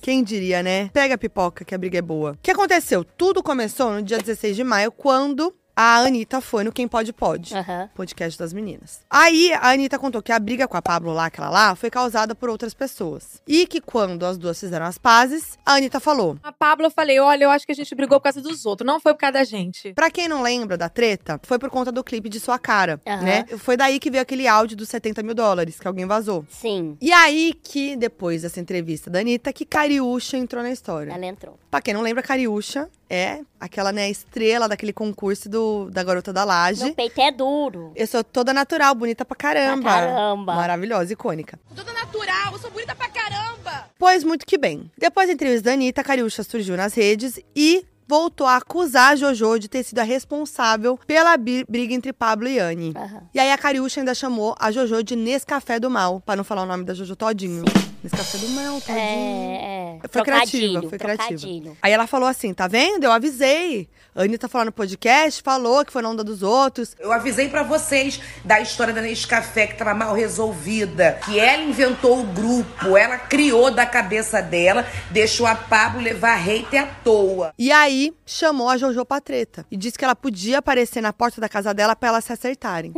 Speaker 1: Quem diria, né? Pega a pipoca, que a briga é boa. O que aconteceu? Tudo começou no dia 16 de maio, quando. a Anitta foi no Quem Pode Pode.
Speaker 2: Aham.
Speaker 1: Podcast das meninas. Aí a Anitta contou que a briga com a Pablo lá, aquela lá, foi causada por outras pessoas. E que quando as duas fizeram as pazes, a Anitta falou:
Speaker 3: A Pablo, eu falei, olha, eu acho que a gente brigou por causa dos outros, não foi por causa da gente.
Speaker 1: Pra quem não lembra da treta, foi por conta do clipe de sua cara,
Speaker 2: Aham.
Speaker 1: né? Foi daí que veio aquele áudio dos 70 mil dólares que alguém vazou.
Speaker 2: Sim,
Speaker 1: E aí que, depois dessa entrevista da Anitta, que Cariúcha entrou na história.
Speaker 2: ela entrou.
Speaker 1: Pra quem não lembra, Cariúcha é aquela, né, estrela daquele concurso do, da Garota da
Speaker 2: Meu
Speaker 1: Laje.
Speaker 2: peito é duro.
Speaker 1: Eu sou toda natural, bonita pra caramba.
Speaker 2: Pra caramba.
Speaker 1: Maravilhosa, icônica.
Speaker 4: Toda natural, eu sou bonita pra caramba!
Speaker 1: Pois muito que bem. Depois da entrevista da Anitta, a Cariúcha surgiu nas redes e voltou a acusar a Jojo de ter sido a responsável pela bi- briga entre Pablo e Anne.
Speaker 2: Aham.
Speaker 1: E aí a Cariúcha ainda chamou a Jojo de Nescafé do Mal, pra não falar o nome da Jojo todinho. Nescafé do Mal, todinho.
Speaker 2: É, é.
Speaker 1: Foi criativa,
Speaker 2: Trocadilho,
Speaker 1: foi criativa.
Speaker 2: trocadilho.
Speaker 1: Aí ela falou assim, tá vendo? Eu avisei. A Anitta falou no podcast, falou que foi na onda dos outros.
Speaker 5: Eu avisei pra vocês da história da Nescafé que tava mal resolvida, que ela inventou o grupo, ela criou da cabeça dela, deixou a Pablo levar hater à toa.
Speaker 1: E aí, chamou a Jojo pra treta. E disse que ela podia aparecer na porta da casa dela pra elas se acertarem.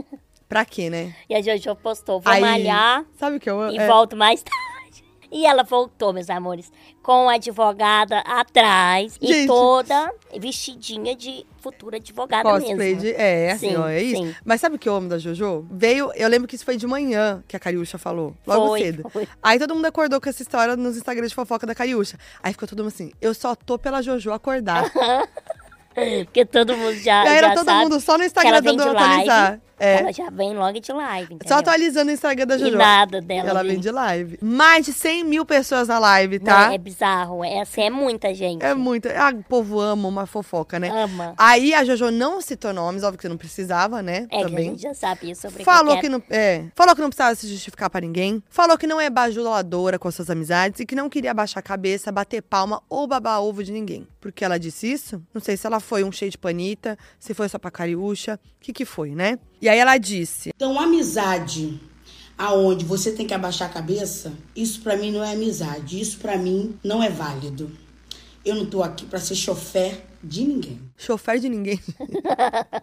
Speaker 1: pra quê, né?
Speaker 2: E a Jojo postou, vou
Speaker 1: Aí,
Speaker 2: malhar
Speaker 1: Sabe o que eu amo?
Speaker 2: e
Speaker 1: É.
Speaker 2: volto mais tarde. E ela voltou, meus amores, com a advogada atrás
Speaker 1: Gente.
Speaker 2: e toda vestidinha de futura advogada
Speaker 1: Cosplay
Speaker 2: mesmo.
Speaker 1: de, é, é assim,
Speaker 2: Sim,
Speaker 1: ó, é isso.
Speaker 2: sim.
Speaker 1: Mas sabe o que eu amo da Jojo? Veio, eu lembro que isso foi de manhã que a Cariúcha falou, logo
Speaker 2: Foi,
Speaker 1: cedo.
Speaker 2: foi.
Speaker 1: Aí todo mundo acordou com essa história nos Instagrams de fofoca da Cariúcha. Aí ficou todo mundo assim, eu só tô pela Jojo acordar.
Speaker 2: Porque todo mundo já,
Speaker 1: E aí
Speaker 2: já
Speaker 1: era todo
Speaker 2: sabe
Speaker 1: mundo só no
Speaker 2: que ela
Speaker 1: Instagram
Speaker 2: vem
Speaker 1: dando
Speaker 2: de
Speaker 1: atualizar.
Speaker 2: live.
Speaker 1: É.
Speaker 2: Ela já vem logo de live, entendeu?
Speaker 1: Só atualizando o Instagram da
Speaker 2: E
Speaker 1: Jojo.
Speaker 2: nada dela.
Speaker 1: Ela
Speaker 2: ali.
Speaker 1: vem de live. Mais de 100 mil pessoas na live,
Speaker 2: Não,
Speaker 1: tá?
Speaker 2: é bizarro. É, assim, é muita gente.
Speaker 1: É muito. Ah, o povo ama uma fofoca, né?
Speaker 2: Ama.
Speaker 1: Aí a Jojo não citou nomes, óbvio que não precisava, né?
Speaker 2: É que a
Speaker 1: Também.
Speaker 2: gente já sabia sobre
Speaker 1: Falou que,
Speaker 2: qualquer-
Speaker 1: não, é, falou que não precisava se justificar pra ninguém. Falou que não é bajuladora com as suas amizades e que não queria baixar a cabeça, bater palma ou babar ovo de ninguém. Porque ela disse isso? Não sei se ela foi um cheio de panita, se foi só pra cariúcha, o que que foi, né? E aí ela disse:
Speaker 6: Então, amizade, aonde você tem que abaixar a cabeça, isso pra mim não é amizade, isso pra mim não é válido. Eu não tô aqui pra ser chofé de ninguém.
Speaker 1: chofer de ninguém.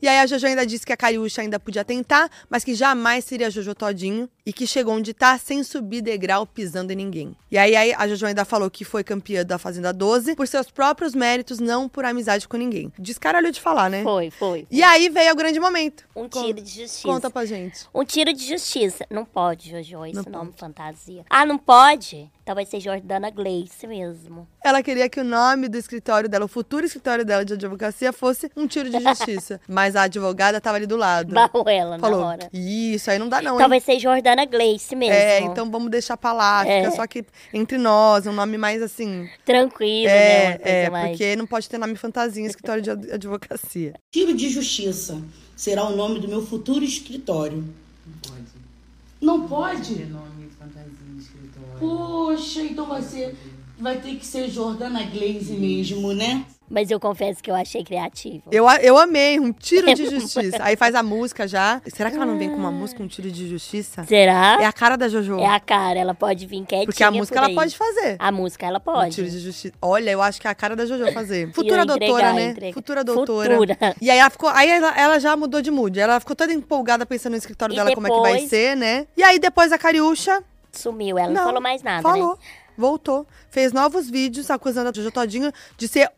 Speaker 1: e aí a Jojo ainda disse que a Cariúcha ainda podia tentar, mas que jamais seria a Jojo todinho e que chegou onde tá sem subir degrau pisando em ninguém. E aí, aí a Jojo ainda falou que foi campeã da Fazenda 12 por seus próprios méritos, não por amizade com ninguém. Descaralho de falar, né?
Speaker 2: Foi, foi.
Speaker 1: E aí veio o grande momento.
Speaker 2: Um
Speaker 1: Con-
Speaker 2: tiro de justiça.
Speaker 1: Conta pra gente.
Speaker 2: Um tiro de justiça. Não pode, Jojo, esse
Speaker 1: Não
Speaker 2: nome fantasia. Ah, não pode? Então vai ser Jordana Gleice mesmo.
Speaker 1: Ela queria que o nome do escritório dela, o futuro escritório dela de advocacia, fosse um tiro de justiça. mas a advogada tava ali do lado.
Speaker 2: Barrou ela na
Speaker 1: Falou,
Speaker 2: hora.
Speaker 1: isso aí não dá não, hein?
Speaker 2: Então vai ser Jordana Gleice mesmo.
Speaker 1: É, então vamos deixar pra lá,
Speaker 2: É.
Speaker 1: fica só que entre nós, um nome mais assim.
Speaker 2: Tranquilo, né? Uma
Speaker 1: é,
Speaker 2: coisa
Speaker 1: é,
Speaker 2: mais.
Speaker 1: porque não pode ter nome fantasia em escritório de ad- advocacia.
Speaker 6: Tiro de justiça será o nome do meu futuro escritório. Não pode. Não pode?
Speaker 7: nome fantasia de escritório.
Speaker 6: Poxa, então vai ser. Vai ter que ser Jordana Glaze mesmo, né?
Speaker 2: Mas eu confesso que eu achei criativo.
Speaker 1: Eu, a- eu amei, um tiro de justiça. Aí faz a música já. Será que ela não vem com uma música, um tiro de justiça? É
Speaker 2: Ah. Será?
Speaker 1: a cara da Jojo.
Speaker 2: É a cara, ela pode vir quietinha
Speaker 1: porque a música
Speaker 2: por
Speaker 1: ela
Speaker 2: aí.
Speaker 1: pode fazer.
Speaker 2: A música ela
Speaker 1: Um tiro
Speaker 2: pode.
Speaker 1: de justiça. Olha, eu acho que é a cara da Jojo fazer. Futura
Speaker 2: eu entregar,
Speaker 1: doutora, né?
Speaker 2: entregar.
Speaker 1: Futura doutora.
Speaker 2: Futura.
Speaker 1: E aí ela ficou. Aí ela, ela já mudou de mood. Ela ficou toda empolgada pensando no escritório
Speaker 2: E
Speaker 1: dela, como é que vai
Speaker 2: depois-
Speaker 1: ser, né? E aí depois a Cariúcha
Speaker 2: Sumiu, ela não,
Speaker 1: Não,
Speaker 2: falou mais nada,
Speaker 1: Falou.
Speaker 2: né?
Speaker 1: Voltou. Fez novos vídeos acusando a Jojo Todinho de ser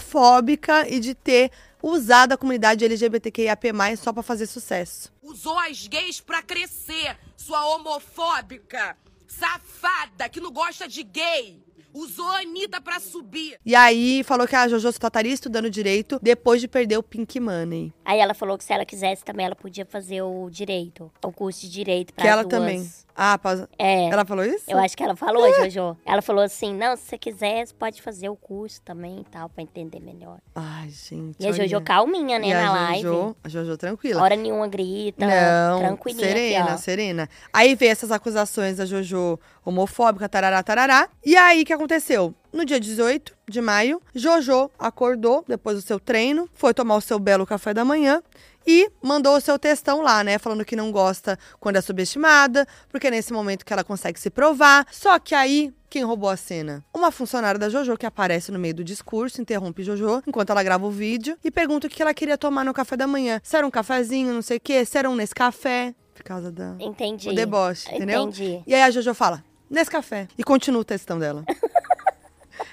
Speaker 1: homofóbica e de ter usado a comunidade LGBTQIAP+, só pra fazer sucesso.
Speaker 5: Usou as gays pra crescer, sua homofóbica, safada, que não gosta de gay. Usou a Anitta pra subir.
Speaker 1: E aí, falou que a Jojo só estaria estudando direito depois de perder o Pink Money.
Speaker 2: Aí ela falou que se ela quisesse também, ela podia fazer o direito, o curso de direito pra
Speaker 1: que ela
Speaker 2: duas.
Speaker 1: também. Ah, pausa.
Speaker 2: É.
Speaker 1: Ela falou É. isso?
Speaker 2: Eu acho que ela falou, Jojo. Ela falou assim: não, se você quiser, você pode fazer o curso também e tal, pra entender melhor.
Speaker 1: Ai, gente.
Speaker 2: E a
Speaker 1: olha.
Speaker 2: Jojo calminha, né,
Speaker 1: E a
Speaker 2: na
Speaker 1: Jojo,
Speaker 2: live.
Speaker 1: A Jojo tranquila.
Speaker 2: Hora nenhuma grita,
Speaker 1: Não,
Speaker 2: tranquilinha.
Speaker 1: serena, assim,
Speaker 2: aqui, ó.
Speaker 1: serena. Aí veio essas acusações da Jojo homofóbica, tarará, tarará. E aí, o que aconteceu? No dia 18 de maio, Jojo acordou depois do seu treino, foi tomar o seu belo café da manhã e mandou o seu textão lá, né? Falando que não gosta quando é subestimada, porque é nesse momento que ela consegue se provar. Só que aí, quem roubou a cena? Uma funcionária da Jojo que aparece no meio do discurso, interrompe Jojo enquanto ela grava o vídeo e pergunta o que ela queria tomar no café da manhã. Se era um cafezinho, não sei o quê, se era um Nescafé, por causa da.
Speaker 2: Entendi. Ah,
Speaker 1: O deboche, entendeu?
Speaker 2: Entendi.
Speaker 1: E aí a Jojo fala, nesse café. E continua o textão dela.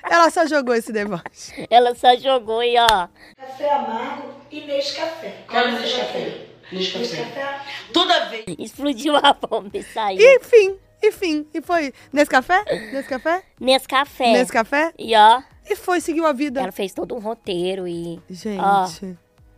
Speaker 1: Ela só jogou esse deboche.
Speaker 2: Ela só jogou e ó.
Speaker 8: Café amargo e Nescafé.
Speaker 5: Quero Nescafé. Nescafé.
Speaker 8: Toda vez.
Speaker 2: Explodiu a bomba e saiu.
Speaker 1: Enfim, enfim. E foi nesse café? Nesse café?
Speaker 2: Nesse café.
Speaker 1: Nesse café?
Speaker 2: E ó,
Speaker 1: E foi, seguiu a vida.
Speaker 2: ela fez todo um roteiro e
Speaker 1: Gente,
Speaker 2: Ah.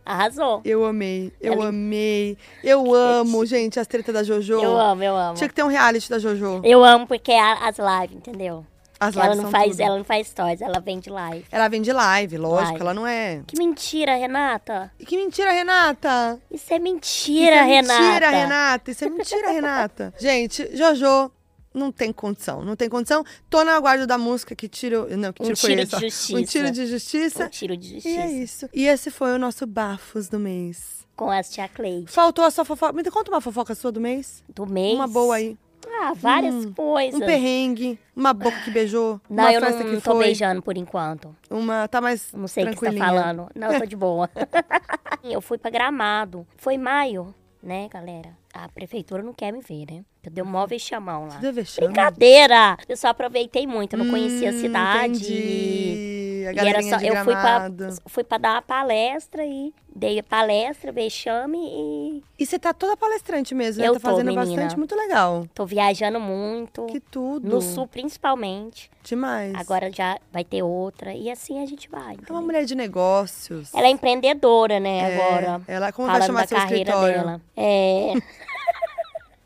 Speaker 2: arrasou.
Speaker 1: eu amei. Eu
Speaker 2: Ela-
Speaker 1: amei. Eu amo, gente, as tretas da Jojo.
Speaker 2: Eu amo, eu amo.
Speaker 1: Tinha que ter um reality da Jojo.
Speaker 2: Eu amo porque é a- as lives, entendeu?
Speaker 1: As
Speaker 2: ela
Speaker 1: lives
Speaker 2: não
Speaker 1: são
Speaker 2: faz,
Speaker 1: tudo.
Speaker 2: ela não faz stories, ela vende live.
Speaker 1: Ela vende live, lógico,
Speaker 2: Live.
Speaker 1: ela não é.
Speaker 2: Que mentira, Renata.
Speaker 1: E que mentira, Renata!
Speaker 2: Isso é mentira,
Speaker 1: Isso é
Speaker 2: Renata.
Speaker 1: Mentira, Renata. Isso é mentira, Renata. Gente, Jojo não tem condição. Não tem condição. Tô na aguardo da música que tiro. Não, que
Speaker 2: Um
Speaker 1: tiro foi
Speaker 2: tiro
Speaker 1: esse,
Speaker 2: de
Speaker 1: ó.
Speaker 2: justiça.
Speaker 1: Tipo Um tiro de justiça.
Speaker 2: Um tiro de
Speaker 1: E é
Speaker 2: justiça.
Speaker 1: isso. E esse foi o nosso Bafos do mês.
Speaker 2: Com as tia Clay.
Speaker 1: Faltou a sua fofoca. Me conta uma fofoca sua do mês.
Speaker 2: Do mês.
Speaker 1: Uma boa aí.
Speaker 2: Ah, várias coisas.
Speaker 1: Um perrengue, uma boca que beijou,
Speaker 2: Não,
Speaker 1: uma
Speaker 2: eu
Speaker 1: festa
Speaker 2: não
Speaker 1: que
Speaker 2: tô
Speaker 1: foi.
Speaker 2: beijando por enquanto.
Speaker 1: Uma. Tá mais.
Speaker 2: Não sei o que você tá
Speaker 1: tranquilinha.
Speaker 2: falando. Não, eu tô de boa. eu fui pra Gramado. Foi maio, né, galera? A prefeitura não quer me ver, né? Eu dei um mó chamão lá.
Speaker 1: Você deu vexame?
Speaker 2: Brincadeira! Eu só aproveitei muito, eu não conhecia a
Speaker 1: Hum,
Speaker 2: cidade.
Speaker 1: Entendi. A
Speaker 2: E era
Speaker 1: galerinha
Speaker 2: só,
Speaker 1: de
Speaker 2: eu fui pra,
Speaker 1: Gramado.
Speaker 2: fui pra dar uma palestra e dei a palestra, vexame e
Speaker 1: E você tá toda palestrante mesmo,
Speaker 2: Eu
Speaker 1: né? Tá
Speaker 2: tô,
Speaker 1: fazendo
Speaker 2: menina.
Speaker 1: bastante, muito legal.
Speaker 2: tô viajando muito.
Speaker 1: Que tudo.
Speaker 2: No sul, principalmente.
Speaker 1: Demais.
Speaker 2: Agora já vai ter outra. E assim a gente vai.
Speaker 1: É uma
Speaker 2: entendeu?
Speaker 1: mulher de negócios.
Speaker 2: Ela é empreendedora, né,
Speaker 1: É,
Speaker 2: agora.
Speaker 1: Ela, como vai
Speaker 2: falando
Speaker 1: chamar
Speaker 2: da
Speaker 1: seu
Speaker 2: carreira
Speaker 1: escritório?
Speaker 2: dela. É.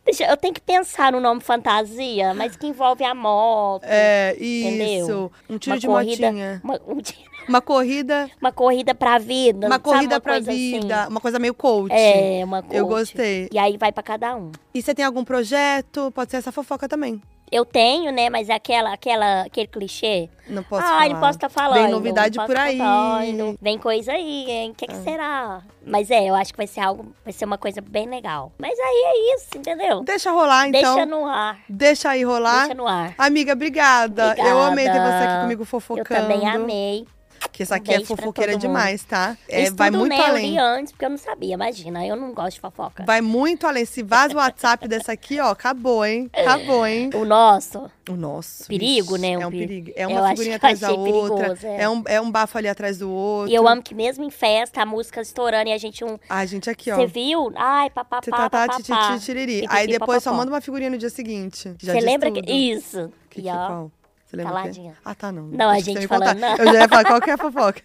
Speaker 2: Deixa- eu tenho que pensar no nome fantasia, mas que envolve a moto.
Speaker 1: É, isso.
Speaker 2: Entendeu?
Speaker 1: Um tiro
Speaker 2: Uma
Speaker 1: de
Speaker 2: corrida-
Speaker 1: motinha.
Speaker 2: Uma, um dia-
Speaker 1: Uma corrida.
Speaker 2: uma corrida pra vida.
Speaker 1: Uma
Speaker 2: sabe?
Speaker 1: corrida pra
Speaker 2: coisa assim.
Speaker 1: vida. Uma coisa meio coach.
Speaker 2: É, uma coisa.
Speaker 1: Eu gostei.
Speaker 2: E aí vai pra cada um.
Speaker 1: E você tem algum projeto? Pode ser essa fofoca também.
Speaker 2: Eu tenho, né, mas aquela, aquela, aquele clichê.
Speaker 1: Não posso
Speaker 2: ah,
Speaker 1: falar.
Speaker 2: não posso estar falando.
Speaker 1: Vem novidade
Speaker 2: não posso
Speaker 1: por
Speaker 2: tá
Speaker 1: aí. Ah.
Speaker 2: falando. Vem coisa aí, hein? O que, que será? Mas é, eu acho que vai ser algo, vai ser uma coisa bem legal. Mas aí é isso, entendeu?
Speaker 1: Deixa rolar, então.
Speaker 2: Deixa no ar.
Speaker 1: Deixa aí rolar.
Speaker 2: Deixa no ar.
Speaker 1: Amiga, obrigada. Eu amei ter você aqui
Speaker 2: Obrigada.
Speaker 1: comigo
Speaker 2: Eu
Speaker 1: fofocando.
Speaker 2: também amei.
Speaker 1: Que essa
Speaker 2: Um
Speaker 1: aqui é
Speaker 2: beijo pra
Speaker 1: fofoqueira
Speaker 2: todo mundo.
Speaker 1: demais, tá? É,
Speaker 2: Isso
Speaker 1: vai
Speaker 2: tudo,
Speaker 1: muito
Speaker 2: né, Eu
Speaker 1: além.
Speaker 2: li antes, porque eu não sabia, imagina. Eu não gosto de fofoca.
Speaker 1: Vai muito além. Se vaza o WhatsApp dessa aqui, ó, acabou, hein? Acabou, hein?
Speaker 2: O nosso,
Speaker 1: O nosso.
Speaker 2: Perigo,
Speaker 1: vixe,
Speaker 2: né?
Speaker 1: É um
Speaker 2: Um peri-
Speaker 1: perigo. É
Speaker 2: Eu
Speaker 1: uma
Speaker 2: acho-
Speaker 1: figurinha atrás da
Speaker 2: achei
Speaker 1: outra.
Speaker 2: perigoso,
Speaker 1: é.
Speaker 2: é.
Speaker 1: um, é um bafo ali atrás do outro.
Speaker 2: e eu amo que mesmo em festa, a música estourando e a gente um...
Speaker 1: A gente aqui, ó.
Speaker 2: Você viu? Ai, papapá,
Speaker 1: Você tá, tá,
Speaker 2: papapá.
Speaker 1: ti, ti, ti, tiriri. Aí
Speaker 2: Pipipi,
Speaker 1: depois só
Speaker 2: papapó.
Speaker 1: manda uma figurinha no dia seguinte. Já
Speaker 2: Você
Speaker 1: diz
Speaker 2: lembra
Speaker 1: tudo.
Speaker 2: que... Isso.
Speaker 1: Que, que,
Speaker 2: e ó,
Speaker 1: qual? Você lembra o quê?
Speaker 2: caladinha.
Speaker 1: Ah, tá, não.
Speaker 2: Não, a
Speaker 1: Deixa você
Speaker 2: gente
Speaker 1: me contar.
Speaker 2: falando, não.
Speaker 1: Eu já ia falar qual que é a fofoca.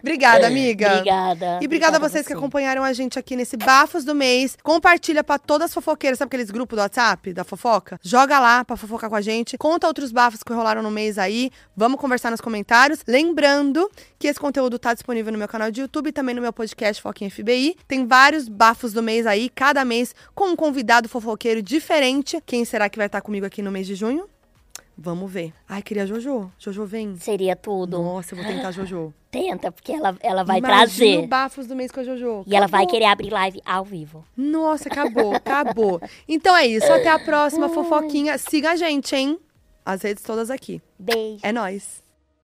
Speaker 1: obrigada, amiga.
Speaker 2: obrigada.
Speaker 1: E obrigada a vocês que
Speaker 2: você.
Speaker 1: acompanharam a gente aqui nesse Bafos do Mês. Compartilha pra todas as fofoqueiras, sabe aqueles grupos do WhatsApp da fofoca? Joga lá pra fofocar com a gente. Conta outros bafos que rolaram no mês aí. Vamos conversar nos comentários. Lembrando que esse conteúdo tá disponível no meu canal de YouTube e também no meu podcast Foquinha FBI. Tem vários bafos do mês aí, cada mês com um convidado fofoqueiro diferente. Quem será que vai estar comigo aqui no mês de junho? Vamos ver. Ai, queria a Jojo. Jojo vem.
Speaker 2: Seria tudo.
Speaker 1: Nossa, eu vou tentar a Jojo.
Speaker 2: Tenta, porque ela, ela vai
Speaker 1: Imagina o
Speaker 2: trazer.
Speaker 1: bafos do mês com a Jojo.
Speaker 2: E ela vai
Speaker 1: Acabou.
Speaker 2: querer abrir live ao vivo.
Speaker 1: Nossa, acabou, acabou. Então é isso, até a próxima fofoquinha. Siga a gente, hein? As redes todas aqui.
Speaker 2: Beijo.
Speaker 1: É nóis.